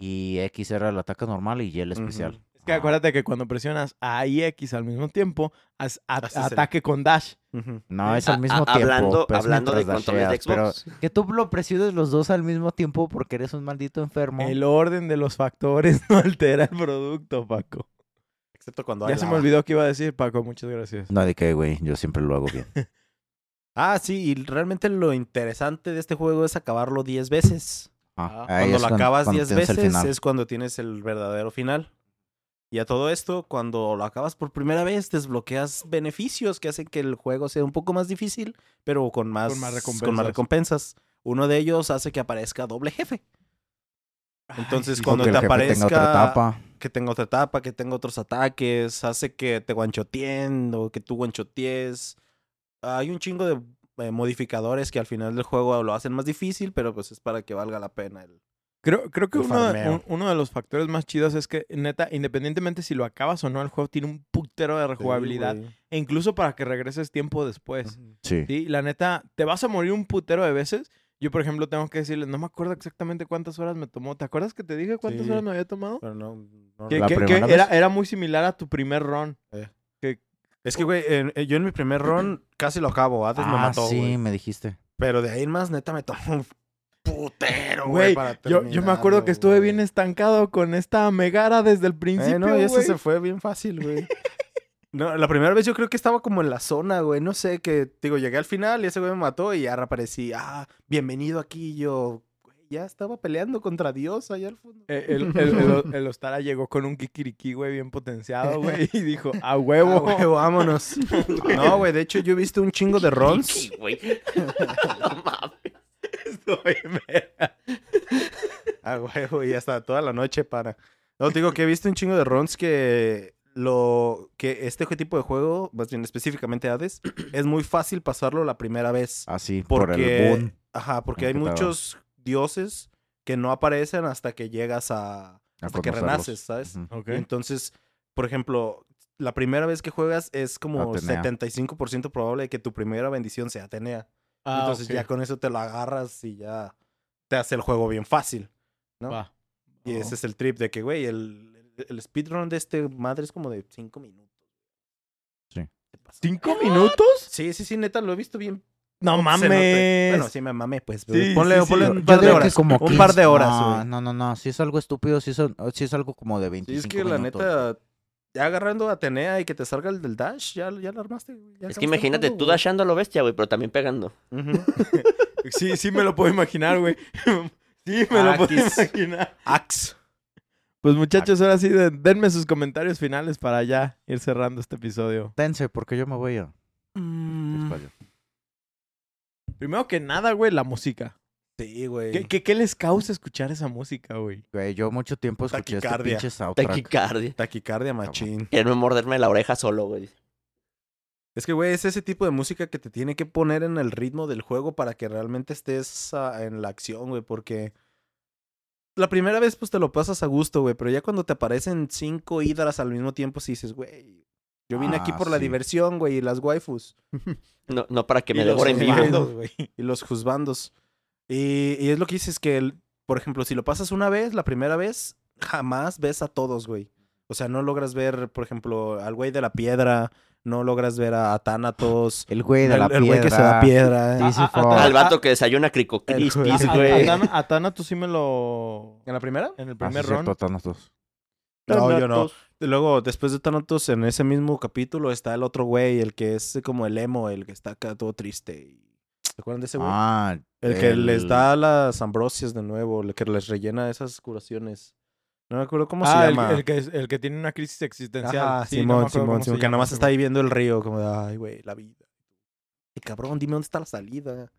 B: Y X era el ataque normal y Y el especial.
D: Ujú.
A: Es que
B: Ah,
A: acuérdate que cuando presionas A y X al mismo tiempo, haz a-
D: Haces el-
A: ataque con dash.
D: Ujú.
B: No, es
C: A-
B: al mismo
C: a-
B: tiempo.
C: Ah,
A: pues,
C: hablando
B: pero es
C: hablando de
B: mientras
C: controles de
B: dasheas, pero
C: Xbox.
B: que tú lo presiones los dos al mismo tiempo porque eres un maldito enfermo.
A: El orden de los factores no altera el producto, Paco.
D: Excepto cuando hay
A: Ya se me
D: lava.
A: olvidó que iba a decir, Paco, muchas gracias.
B: No, de qué, güey. Yo siempre lo hago bien.
D: Ah, sí, y realmente lo interesante de este juego es acabarlo 10 veces.
B: Ah, ahí
D: Cuando
B: es
D: lo acabas
B: cuando
D: 10
B: tienes el
D: veces
B: final.
D: es cuando tienes el verdadero final. Y a todo esto, cuando lo acabas por primera vez, desbloqueas beneficios que hacen que el juego sea un poco más difícil, pero con más,
A: Con más
D: con
A: recompensas.
D: más recompensas. Uno de ellos hace que aparezca doble jefe. Entonces,
A: Ay,
B: O
D: cuando
B: que el
D: te
B: jefe tenga otra
D: aparezca-
B: etapa.
D: Que tenga otra etapa, que tenga otros ataques, hace que te guanchoteen o que tú guanchotees. Hay un chingo de eh, modificadores que al final del juego lo hacen más difícil, pero pues es para que valga la pena el,
A: Creo, creo que
D: El
A: uno de,
D: farmeo.
A: un- uno de los factores más chidos es que, neta, independientemente si lo acabas o no, el juego tiene un putero de rejugabilidad. e incluso para que regreses tiempo
B: pues.
A: después.
B: Sí.
A: Sí, la neta, te vas a morir un putero de veces. Yo, por ejemplo, tengo que decirles, no me acuerdo exactamente cuántas horas me tomó. ¿Te acuerdas que te dije cuántas
D: Sí.
A: horas me había tomado?
D: Pero no, no
A: Que,
B: ¿La
A: que- que
B: primera
A: era,
B: vez?
A: era muy similar a tu primer run.
D: Es que, güey, en- eh, yo en mi primer run casi lo acabo. Hades me
B: Ah,
D: mató,
B: sí,
D: güey.
B: me dijiste.
D: Pero de ahí en más, neta, me tomó un putero,
A: Güey,
D: güey, para
A: yo, yo me acuerdo que
D: terminarlo,
A: estuve
D: güey.
A: bien estancado con esta Megara desde el principio,
D: Eh, no, y eso
A: güey.
D: se fue bien fácil, güey. No, la primera vez yo creo que estaba como en la zona, güey. No sé, que, digo, llegué al final y ese güey me mató y ya reaparecí. Ah, bienvenido aquí. y Yo, güey, ya estaba peleando contra Dios allá al fondo.
A: Eh, El, el, el- el Ostara llegó con un kikiriki, güey, bien potenciado, güey, y dijo, a huevo.
D: Ah, güey, vámonos. no, güey, de hecho yo he visto un chingo de runs.
C: Sí, güey. No mames. Soy verga.
D: Ah, huevo, y hasta toda la noche para. No, te digo que he visto un chingo de runs que lo que este tipo de juego, más bien específicamente Hades, es muy fácil pasarlo la primera vez.
B: Así, Ah, por
D: Porque,
B: el boom.
D: Ajá, porque
B: Ah,
D: hay
B: qué cabrón.
D: muchos dioses que no aparecen hasta que llegas a...
B: a
D: hasta que
B: conocerlos.
D: renaces, ¿sabes?
B: Ujú.
A: Ok.
D: Entonces, por ejemplo, la primera vez que juegas es como
B: Atenea.
D: 75% probable de que tu primera bendición sea Atenea.
A: Ah,
D: Entonces
A: ok.
D: ya con eso te lo agarras y ya te hace el juego bien fácil. ¿no?
A: Va.
D: Y ese es el trip de que, güey, el, el- el speedrun de este madre es como de 5 minutos.
B: Sí.
D: Te pasa.
A: ¿Cinco minutos?
D: Sí, sí, sí, neta, lo he visto bien.
A: No
D: obscenote.
A: mames.
D: Bueno, sí me mamé, pues.
A: Sí,
D: ponle
A: sí, sí.
D: ponle
A: Yo-
D: un
A: yo
D: par de
A: creo que
D: horas.
B: como
D: un par de
B: 15.
D: horas,
B: No,
D: güey.
B: no, no, no. Si es algo estúpido, si es, si es algo como de 25
D: Sí, es que la
B: minutos.
D: neta, ya agarrando a Atenea y que te salga el del dash, ya, ya la armaste. güey, ya
C: Es que
D: acabaste el
C: imagínate
D: juego,
C: tú
D: güey.
C: dashando a lo bestia, güey, pero también pegando.
D: Ujú.
A: Sí, sí me lo puedo imaginar, güey. Sí, me lo puedo
D: Aquis.
A: imaginar.
D: Axe.
A: Pues muchachos,
D: Ah,
A: ahora sí, de- denme sus comentarios finales para ya ir cerrando este episodio.
B: Dense, porque yo me voy a...
D: Mm.
B: Espacio.
A: Primero que nada, güey, la música.
D: Sí, güey.
A: ¿Qué, qué, qué les causa escuchar esa música, güey?
B: Güey, yo mucho tiempo escuché este
D: Taquicardia.
B: pinche soundtrack.
C: Taquicardia.
D: Taquicardia machín.
C: Quiero morderme la oreja solo, güey.
D: Es que, güey, es ese tipo de música que te tiene que poner en el ritmo del juego para que realmente estés ah, en la acción, güey, porque la primera vez, pues, te lo pasas a gusto, güey, pero ya cuando te aparecen cinco hidras al mismo tiempo, sí dices, güey, yo vine aquí
B: Ah,
D: por la
B: sí.
D: diversión, güey, y las waifus,
C: No, no para que me
D: Y los
C: devoren
D: humanos.
C: vivo.
D: güey. y los juzbandos. Y, y es lo que dices, que, el- por ejemplo, si lo pasas una vez, la primera vez, jamás ves a todos, güey. O sea, no logras ver, por ejemplo, al güey de la piedra, no logras ver a Thanatos...
B: El güey de la
D: El- el güey que se da piedra.
B: Sí, sí,
A: Ah, ah,
B: fue-
A: ah,
C: Al vato que desayuna Crico
D: El juego.
C: Crispis,
D: Sí,
A: A-
C: güey.
A: A, Tana- a Tana, tú sí me lo...
D: ¿En la primera?
A: En el
B: Ah, sí,
A: primer round.
B: cierto, Thanatos.
D: No, yo no. Luego, después de Thanatos, en ese mismo capítulo está el otro güey, el que es como el emo, el que está acá todo triste. y- ¿Se acuerdan de ese güey?
B: Ah,
D: el que les
B: el-
D: da las ambrosias de nuevo, el que les rellena esas curaciones. No me acuerdo cómo
A: ah,
D: se
A: el-
D: llama.
A: El, que, es- el que tiene una crisis existencial.
D: Ajá,
A: Sí, no me
D: Simón,
A: acuerdo
D: Simón,
A: cómo
D: Simón,
A: se
D: que
A: llama
D: nada más
A: ese
D: está
A: güey.
D: ahí viendo el río, como de, ay, güey, la vida. Y cabrón, dime dónde está la salida.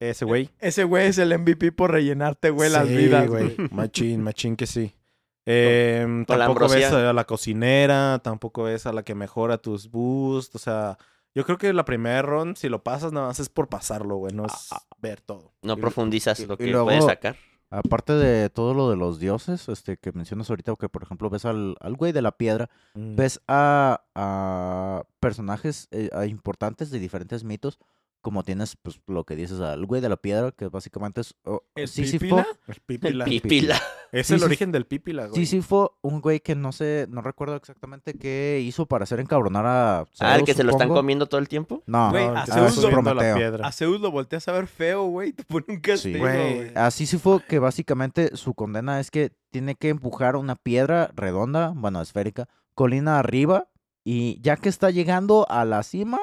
D: Ese güey.
A: Ese güey es el MVP por rellenarte, güey, las
D: Sí,
A: vidas.
D: güey. Machín, machín que sí. Em,
C: con la
D: tampoco ves
C: ambrosía.
D: a la cocinera, tampoco ves a la que mejora tus boosts. O sea, yo creo que la primera ron, si lo pasas, nada más es por pasarlo, güey, no es
C: Ah,
D: ver todo.
C: No
B: Y-
C: profundizas
B: y- y
C: lo que
B: luego-
C: puedes sacar.
B: Aparte de todo lo de los dioses, este, que mencionas ahorita, que por ejemplo ves al, al güey de la piedra,
D: Mm.
B: ves a, a personajes eh, a importantes de diferentes mitos, como tienes, pues, lo que dices al güey de la piedra, que básicamente es oh,
C: Eh,
A: ¿El
B: Sísifo.
A: Pipila?
D: El
C: El
D: pípila.
C: pipila.
D: Es
B: Sí,
D: el
B: sí.
D: origen del pípila, güey.
B: Sísifo, un güey que no sé, no recuerdo exactamente qué hizo para hacer encabronar a
C: Ah, el que
B: Zeus,
C: se lo están
B: supongo.
C: comiendo todo el tiempo.
B: No,
A: Güey,
D: el que
A: a
D: está
A: Zeus
B: es
A: lo-
D: subiendo
B: Prometeo.
A: A Zeus lo volteas a ver feo, güey. Te pone un castigo,
D: Este, Güey. ah,
A: güey.
B: Así sí fue que básicamente su condena es que tiene que empujar una piedra redonda, bueno, esférica, colina arriba, y ya que está llegando a la cima,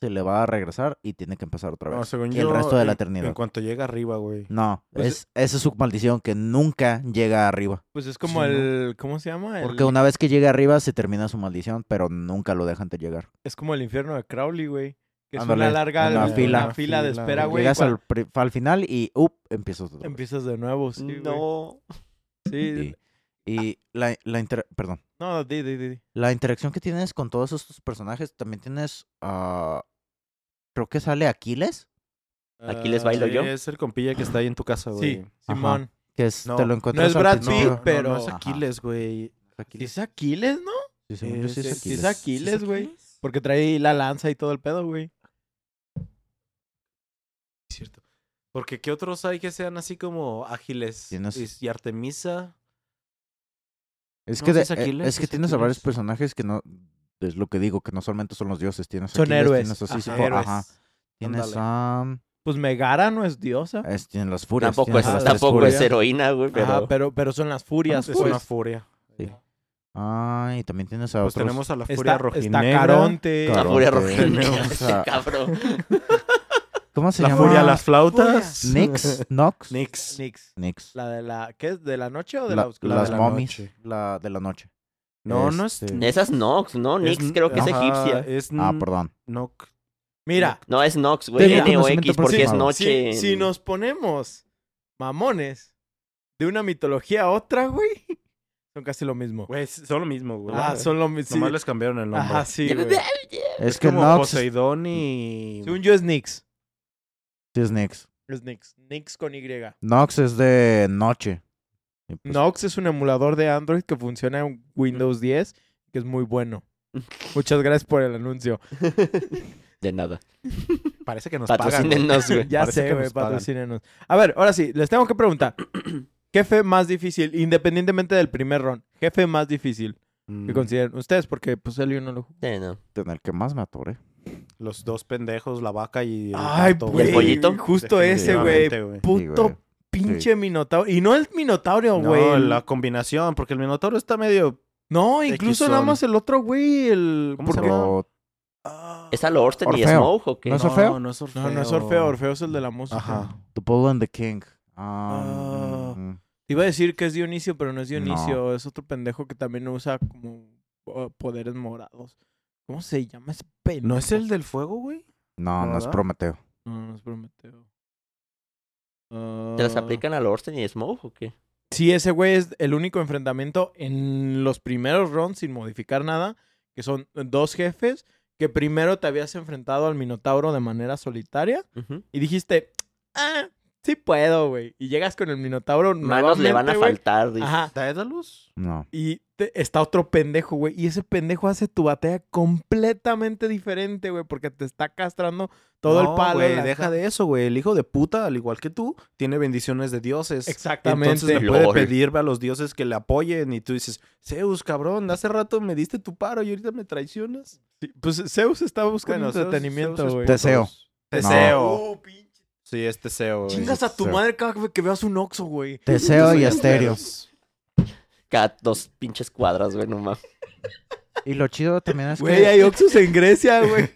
B: se le va a regresar y tiene que empezar otra vez.
D: No, según
B: y
D: yo,
B: el resto de la
D: en-
B: eternidad.
D: En cuanto llega arriba, güey.
B: No,
A: Pues-
B: es, esa es su maldición, que nunca llega arriba.
A: Pues es como
D: Sí, ¿no?
A: el... ¿Cómo se llama? El-
B: Porque una vez que llega arriba se termina su maldición, pero nunca lo dejan de llegar.
A: Es como el infierno de Crowley, güey. Que es
B: Ándale,
A: una larga...
B: una fila.
A: Una fila de
D: Fila,
A: espera,
D: Ah, güey.
A: güey.
B: Llegas
A: cual-
B: al, pri- al final y up, empiezas otra vez.
A: Empiezas de nuevo, sí, güey.
C: no.
A: Sí.
B: Y, y la, la inter- perdón.
A: No, di, di, di. di.
B: la interacción que tienes con todos estos personajes, también tienes a... creo que sale Aquiles,
C: Aquí les bailo
D: Ah,
C: yo.
D: Es el compilla que está ahí en tu casa, güey.
A: Sí, Simón.
B: que es,
D: No,
B: te
D: no
B: lo
D: es
B: encuentras al
A: Brad Pitt,
B: principio.
A: No, pero-
D: es
B: Ajá.
D: Aquiles, güey.
A: ¿Sí
B: Aquiles.
A: es Aquiles, no?
B: Sí, según yo sí es
A: Sí, sí es
B: Aquiles.
A: Aquiles, güey. Porque trae la lanza y todo el pedo, güey.
D: Cierto. Porque ¿qué otros hay que sean así como ágiles?
B: Tienes-
D: Is- Y Artemisa.
B: Es
D: No,
B: que,
D: sí
B: de-
D: es
B: eh,
D: Aquiles,
B: es
D: sí
B: que
D: es
B: tienes a varios
D: Aquiles.
B: personajes que no, es lo que digo, que no solamente son los dioses, tienes
A: Son
B: Aquiles,
A: héroes.
B: tienes a
A: Ajá,
B: Sísifo,
A: héroes.
B: ajá, tienes
D: Ándale.
B: a...
A: Pues Megara no es diosa.
B: es- tienes las furias.
C: Tampoco es,
B: tienes
A: Ah,
B: las Ah, tres
C: tampoco
B: furias.
C: es heroína, güey, pero.
A: Ajá, pero, pero son las furias,
D: es
A: pues.
D: una furia.
B: Sí. Ah, y también tienes a
D: Pues
B: otros...
D: tenemos a la furia
A: Está, está
D: rojinegra.
A: Caronte.
C: La
B: Cabrón,
C: furia
B: que
C: rojinegra,
B: tenemos
C: este
B: a-
C: cabrón.
B: ¿Cómo se
D: La
B: llama?
D: furia de las flautas.
B: Nix, Nox.
D: Nix.
A: Nix.
B: Nix.
A: La de la... ¿Qué es? ¿De la noche o de
B: La-
A: la, oscuridad?
B: las
D: de la
B: momis,
D: noche.
B: la de la noche.
D: No, no es-
B: Este,
C: Esas Nox, ¿no? Nix creo que es egipcia. Ah,
D: Es,
B: Ah, perdón.
D: No,
A: Mira,
C: No, es Nox, güey.
B: Tengo
C: NOX,
B: conocimiento
A: si-
C: porque es
B: aproximado.
C: noche.
A: si-
C: en-
A: si, nos ponemos mamones de una mitología a otra, güey, son casi lo mismo.
D: Güey, son lo mismo, güey.
A: ah, son lo mismo.
D: Nomás les cambiaron el nombre.
A: Ajá, sí, güey.
B: Es
D: Es
B: que
D: como
B: Nox es-
D: Poseidón y...
A: Según yo es Nix.
B: es Nix.
A: Es Nix. Nix con Y.
B: Nox es de noche. Y pues,
A: Nox es un emulador de Android que funciona en Windows 10, que es muy bueno. Muchas gracias por el anuncio.
C: De nada.
D: Parece que nos
C: Patrocínenos, güey.
A: Ya
D: Parece
A: sé,
D: que
A: güey,
D: nos pagan.
A: patrocínenos. A ver, ahora sí, les tengo que preguntar. Jefe más difícil, independientemente del primer round, jefe más difícil
D: Mm,
A: que consideren ustedes, porque pues él y yo no lo jugó.
C: Sí, no.
B: en el que más me atoré.
D: Los dos pendejos, la vaca y el
A: Ay,
D: gato,
A: güey.
C: ¿Y el pollito?
A: Justo ese, güey.
D: Definitivamente, güey.
A: Puto
B: güey.
A: pinche minotauro. Y no el minotauro,
D: No,
A: güey. el- No,
D: la combinación, porque el Minotauro está medio...
A: incluso
D: X-Zone.
A: nada más el otro, güey. El...
D: ¿Cómo se
A: porque-
D: llama?
B: Pero
C: ¿Es al Orsten y
B: Orfeo.
C: Smoke o qué?
B: ¿No es Orfeo?
D: No, es Orfeo.
A: No, no es Orfeo. Orfeo es el de la música.
D: Ajá.
B: Tupolo and the King.
A: Ah.
B: Um,
A: Te iba a decir que es Dionisio, pero no es
B: No.
A: Dionisio. Es otro pendejo que también usa como uh, poderes morados. ¿Cómo se llama ese pendejo?
D: ¿No es el del fuego, güey?
B: No, no es
D: ¿Verdad?
B: Prometeo.
A: No, no es Prometeo.
C: ¿Te las
A: Ah,
C: aplican al Orsten y Smoke o qué?
A: Sí, ese güey es el único enfrentamiento en los primeros rounds sin modificar nada, que son dos jefes, que primero te habías enfrentado al Minotauro de manera solitaria
C: Ujú.
A: y dijiste, ah, sí puedo, güey. Y llegas con el Minotauro
C: Manos le van a
A: nuevamente, güey.
C: faltar, dice.
A: Ajá.
D: ¿Daedalus?
B: No.
A: Y te- está otro pendejo, güey. Y ese pendejo hace tu batalla completamente diferente, güey. Porque te está castrando todo
D: No,
A: el palo.
D: güey,
A: la-
D: deja de eso, güey. El hijo de puta, al igual que tú, tiene bendiciones de dioses.
A: Exactamente.
D: Entonces le
C: Lol.
D: puede pedir a los dioses que le apoyen y tú dices, Zeus, cabrón, hace rato me diste tu paro y ahorita me traicionas.
A: Sí, Pues Zeus estaba buscando
D: Bueno, Zeus-
A: entretenimiento,
D: Zeus es
A: güey.
B: puto. Teseo.
D: Teseo.
A: Oh, pinche-
D: Sí, es Teseo, güey.
A: Chingas a tu
B: Teseo.
A: madre cada vez que veas un oxo, güey.
B: Teseo y Asterio.
C: Cada dos pinches cuadras, güey, no mames.
B: Y lo chido también es
A: Güey,
B: que...
A: hay oxos en Grecia, güey.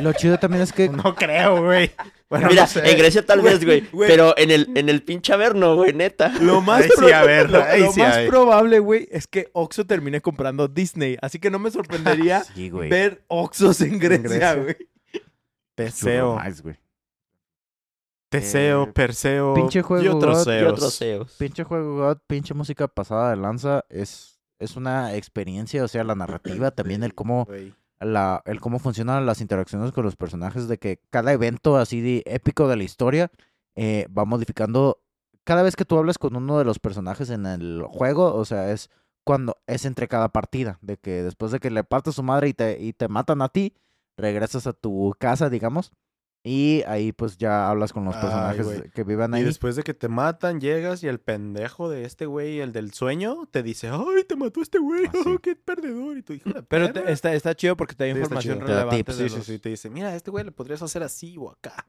B: Lo chido también es que...
D: No creo, güey. Bueno,
C: Mira,
D: no sé.
C: en Grecia tal vez, güey.
A: güey.
C: Pero en el, en el pinche Averno, güey, neta.
A: Lo más,
D: Ahí sí,
A: pro-
D: a ver,
A: lo-
D: ahí
A: lo
D: sí
A: más
D: hay.
A: probable, güey, es que Oxo termine comprando Disney. Así que no me sorprendería
B: Sí, güey.
A: ver Oxos en Grecia,
D: Grecia.
A: güey.
D: Teseo.
B: Nice, güey.
D: Teseo,
B: Eh,
D: Perseo.
B: pinche juego,
D: Y otros
B: God,
C: Y
D: Zeus.
C: otros Zeus.
B: Pinche juego God, pinche música pasada de lanza. Es, es una experiencia, o sea, la narrativa también, el cómo...
D: Güey.
B: la, el cómo funcionan las interacciones con los personajes, de que cada evento así de épico de la historia eh, va modificando. Cada vez que tú hablas con uno de los personajes en el juego, o sea, es cuando es entre cada partida, de que después de que le partes su madre y te, y te matan a ti, regresas a tu casa, digamos, y ahí pues ya hablas con los
D: Ay,
B: personajes
D: güey.
B: que vivan
D: Y
B: ahí.
D: después de que te matan, llegas y el pendejo de este güey, el del sueño, te dice, ay, te mató este güey,
B: Ah, sí.
D: qué perdedor. Y tú, hijo de
A: Pero
D: perra".
A: te- está, está chido porque te da
D: Sí, está
A: información
D: chido.
B: Te da
A: relevante.
B: tips.
A: de
D: Sí, sí,
A: los-
D: sí, te dice, mira, a este güey le podrías hacer así o acá.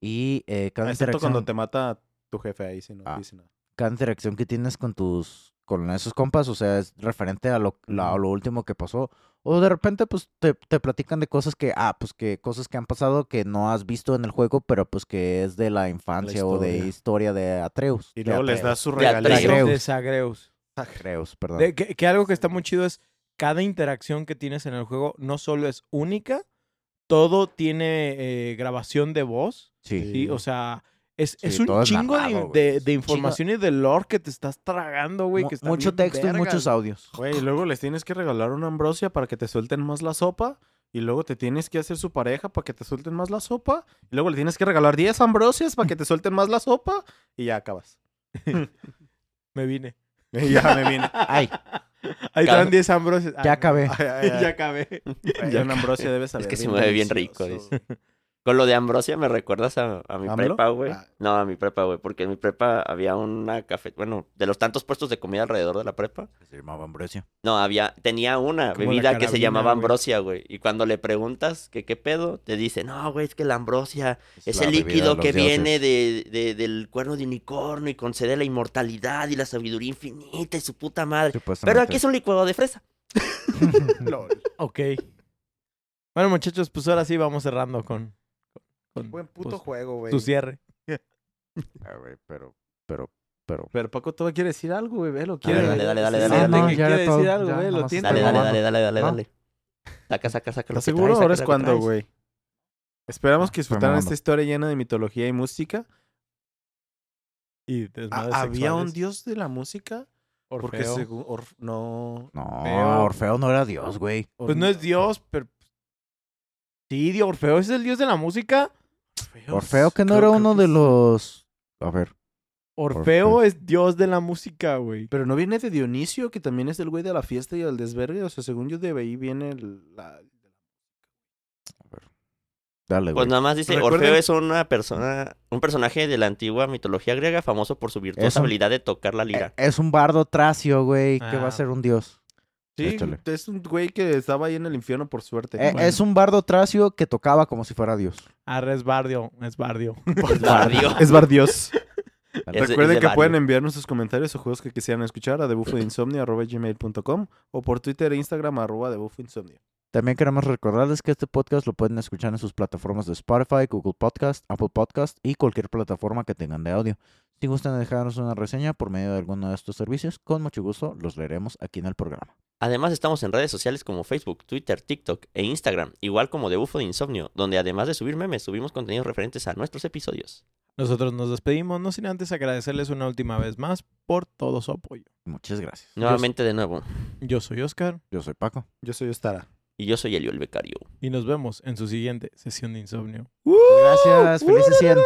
B: Y eh, cada
D: Excepto
B: interacción...
D: cuando te mata tu jefe ahí, si no
B: Ah.
D: dice nada.
B: cada interacción que tienes con tus con esos compas, o sea, es referente a lo, la- a lo último que pasó. O de repente, pues, te, te platican de cosas que, ah, pues, que cosas que han pasado que no has visto en el juego, pero pues que es de la infancia o de
D: historia.
B: historia de Atreus.
D: Y
B: de
D: luego les
B: Atreus,
D: das su
C: de
D: regalito.
C: Atreus.
B: Atreus.
A: de Zagreus.
B: Atreus, perdón.
A: De- que, que algo que está muy chido es cada interacción que tienes en el juego no solo es única, todo tiene eh, grabación de voz.
B: Sí.
A: Sí.
D: Sí.
A: O sea, es,
B: Sí,
A: es un
B: todo es
A: chingo de-
B: narrado, güey.
A: de,
B: Es
A: de
B: un
A: información y de lore que te estás tragando, güey.
B: Mu-
A: que está
B: mucho
A: bien
B: texto y
A: vergas.
B: muchos audios.
D: Güey, y luego les tienes que regalar una ambrosia para que te suelten más la sopa. Y luego te tienes que hacer su pareja para que te suelten más la sopa. Y luego le tienes que regalar 10 ambrosias para que te suelten más la sopa. Y ya acabas.
A: Me vine.
D: Y ya me viene.
B: Ay,
A: Ahí
C: Cada-
A: están 10 ambrosias. Ah,
B: ya acabé.
A: ya acabé.
D: Ya una ambrosia debe saber.
C: que se mueve bien rico,
D: delicioso.
C: Con lo de Ambrosia me recuerdas a, a mi
D: ¿AMLO?
C: prepa, güey.
D: Ah.
C: No, a mi prepa, güey. Porque en mi prepa había una café... Bueno, de los tantos puestos de comida alrededor de la prepa.
B: Se llamaba Ambrosio.
C: No, había... Tenía una
A: Como la
C: bebida que se
A: carabina, güey.
C: llamaba Ambrosia, güey. Y cuando le preguntas que qué pedo, te dice... No, güey, es que la Ambrosia
B: la
C: Ese
B: bebida de
C: líquido
B: los
C: que
B: dioses.
C: viene de, de- del cuerno de unicornio y concede la inmortalidad y la sabiduría infinita y su puta madre. Pero aquí es un licuado de fresa.
B: Supuestamente.
A: Ok. Bueno, muchachos, pues ahora sí vamos cerrando con. con,
F: Buen puto
A: pues,
F: juego, güey.
A: Su cierre.
B: Ah, güey, pero, pero, pero...
D: Pero Paco todavía quiere decir algo, güey. Velo,
C: Dale,
D: quiere.
C: dale, dale, dale,
D: Sí,
C: dale,
D: siente
B: dale.
D: que
B: Ya
D: quiere
B: era todo,
D: decir algo,
A: eh,
B: ya,
D: güey.
B: nada
D: Lo
B: más
D: tiene.
C: Dale,
B: Pero
C: dale,
B: bueno.
C: dale, dale, dale,
B: ¿No?
C: dale. Saca, saca, saca. lo
D: ¿Estás
C: que traes,
D: seguro?
C: saca
D: Ahora es
C: lo que
D: cuando,
C: traes.
D: güey.
F: Ah,
D: Esperamos que disfrutaran
B: mamando.
D: esta historia llena de mitología y música.
A: Y
D: Ah,
A: desmadres
D: había un
A: sexuales.
D: dios de la música. Porque
A: Orfeo.
D: según. Orf- no.
B: No,
A: Feo.
B: Orfeo no era Dios, güey.
A: Pues no es Dios, pero. Sí, Dios, Orfeo es el dios de la música.
D: Orfeo,
B: Orfeo que no
D: creo-
B: era
D: creo
B: uno
D: que
B: de
D: sí.
B: los... A ver.
A: Orfeo
B: Orfeo.
A: es dios de la música, güey.
D: Pero no viene de Dionisio, que también es el güey de la fiesta y del desvergue. O sea, según yo, de ahí viene el- la.
B: Dale, güey.
C: Pues nada más dice,
D: Recuerden-
C: Orfeo es una persona, un personaje de la antigua mitología griega famoso por su virtuosa
B: Eso.
C: habilidad de tocar la lira.
B: Eh, es un bardo tracio, güey, que va
A: Ah.
B: a ser un dios.
D: Sí,
B: Échale.
D: es un güey que estaba ahí en el infierno por suerte.
B: Eh,
D: Bueno.
B: Es un bardo tracio que tocaba como si fuera dios.
A: Arre, es bardio, es bardio.
C: Bardio.
D: Es Bardios.
C: Es de-
D: Recuerden
C: es de
D: que
C: barrio.
D: pueden enviarnos sus comentarios o juegos que quisieran escuchar a debufoinsomnio.com o por Twitter e Instagram arroba debufoinsomnio.
B: También queremos recordarles que este podcast lo pueden escuchar en sus plataformas de Spotify, Google Podcast, Apple Podcast y cualquier plataforma que tengan de audio. Si gustan dejarnos una reseña por medio de alguno de estos servicios, con mucho gusto los leeremos aquí en el programa.
C: Además estamos en redes sociales como Facebook, Twitter, TikTok e Instagram, igual como de Bufo de Insomnio, donde además de subir memes, subimos contenidos referentes a nuestros episodios.
A: Nosotros nos despedimos, no sin antes agradecerles una última vez más por todo su apoyo.
B: Muchas gracias.
C: Nuevamente de nuevo,
A: Yo soy Oscar
B: Yo soy Paco.
D: Yo soy Ostara.
C: y yo soy Elio el Becario.
A: y nos vemos en su siguiente sesión de insomnio.
D: Uh,
B: Gracias, felices 100.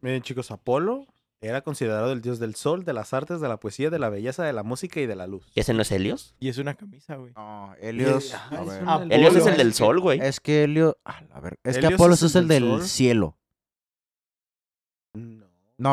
D: Miren chicos, Apolo era considerado el dios del sol, de las artes, de la poesía, de la belleza, de la música y de la luz.
C: ¿Ese no es Helios?
A: Y es una camisa, güey.
B: No, Helios.
D: Ah,
B: a
D: es
B: ver.
D: una
A: Apolo.
C: Helios es
A: Apolo.
C: el del sol, güey.
B: Es que Helios. ah, a ver, Es que
D: Helios
B: Apolo
D: es el
B: es el
D: del
B: del
D: sol.
B: cielo.
D: No.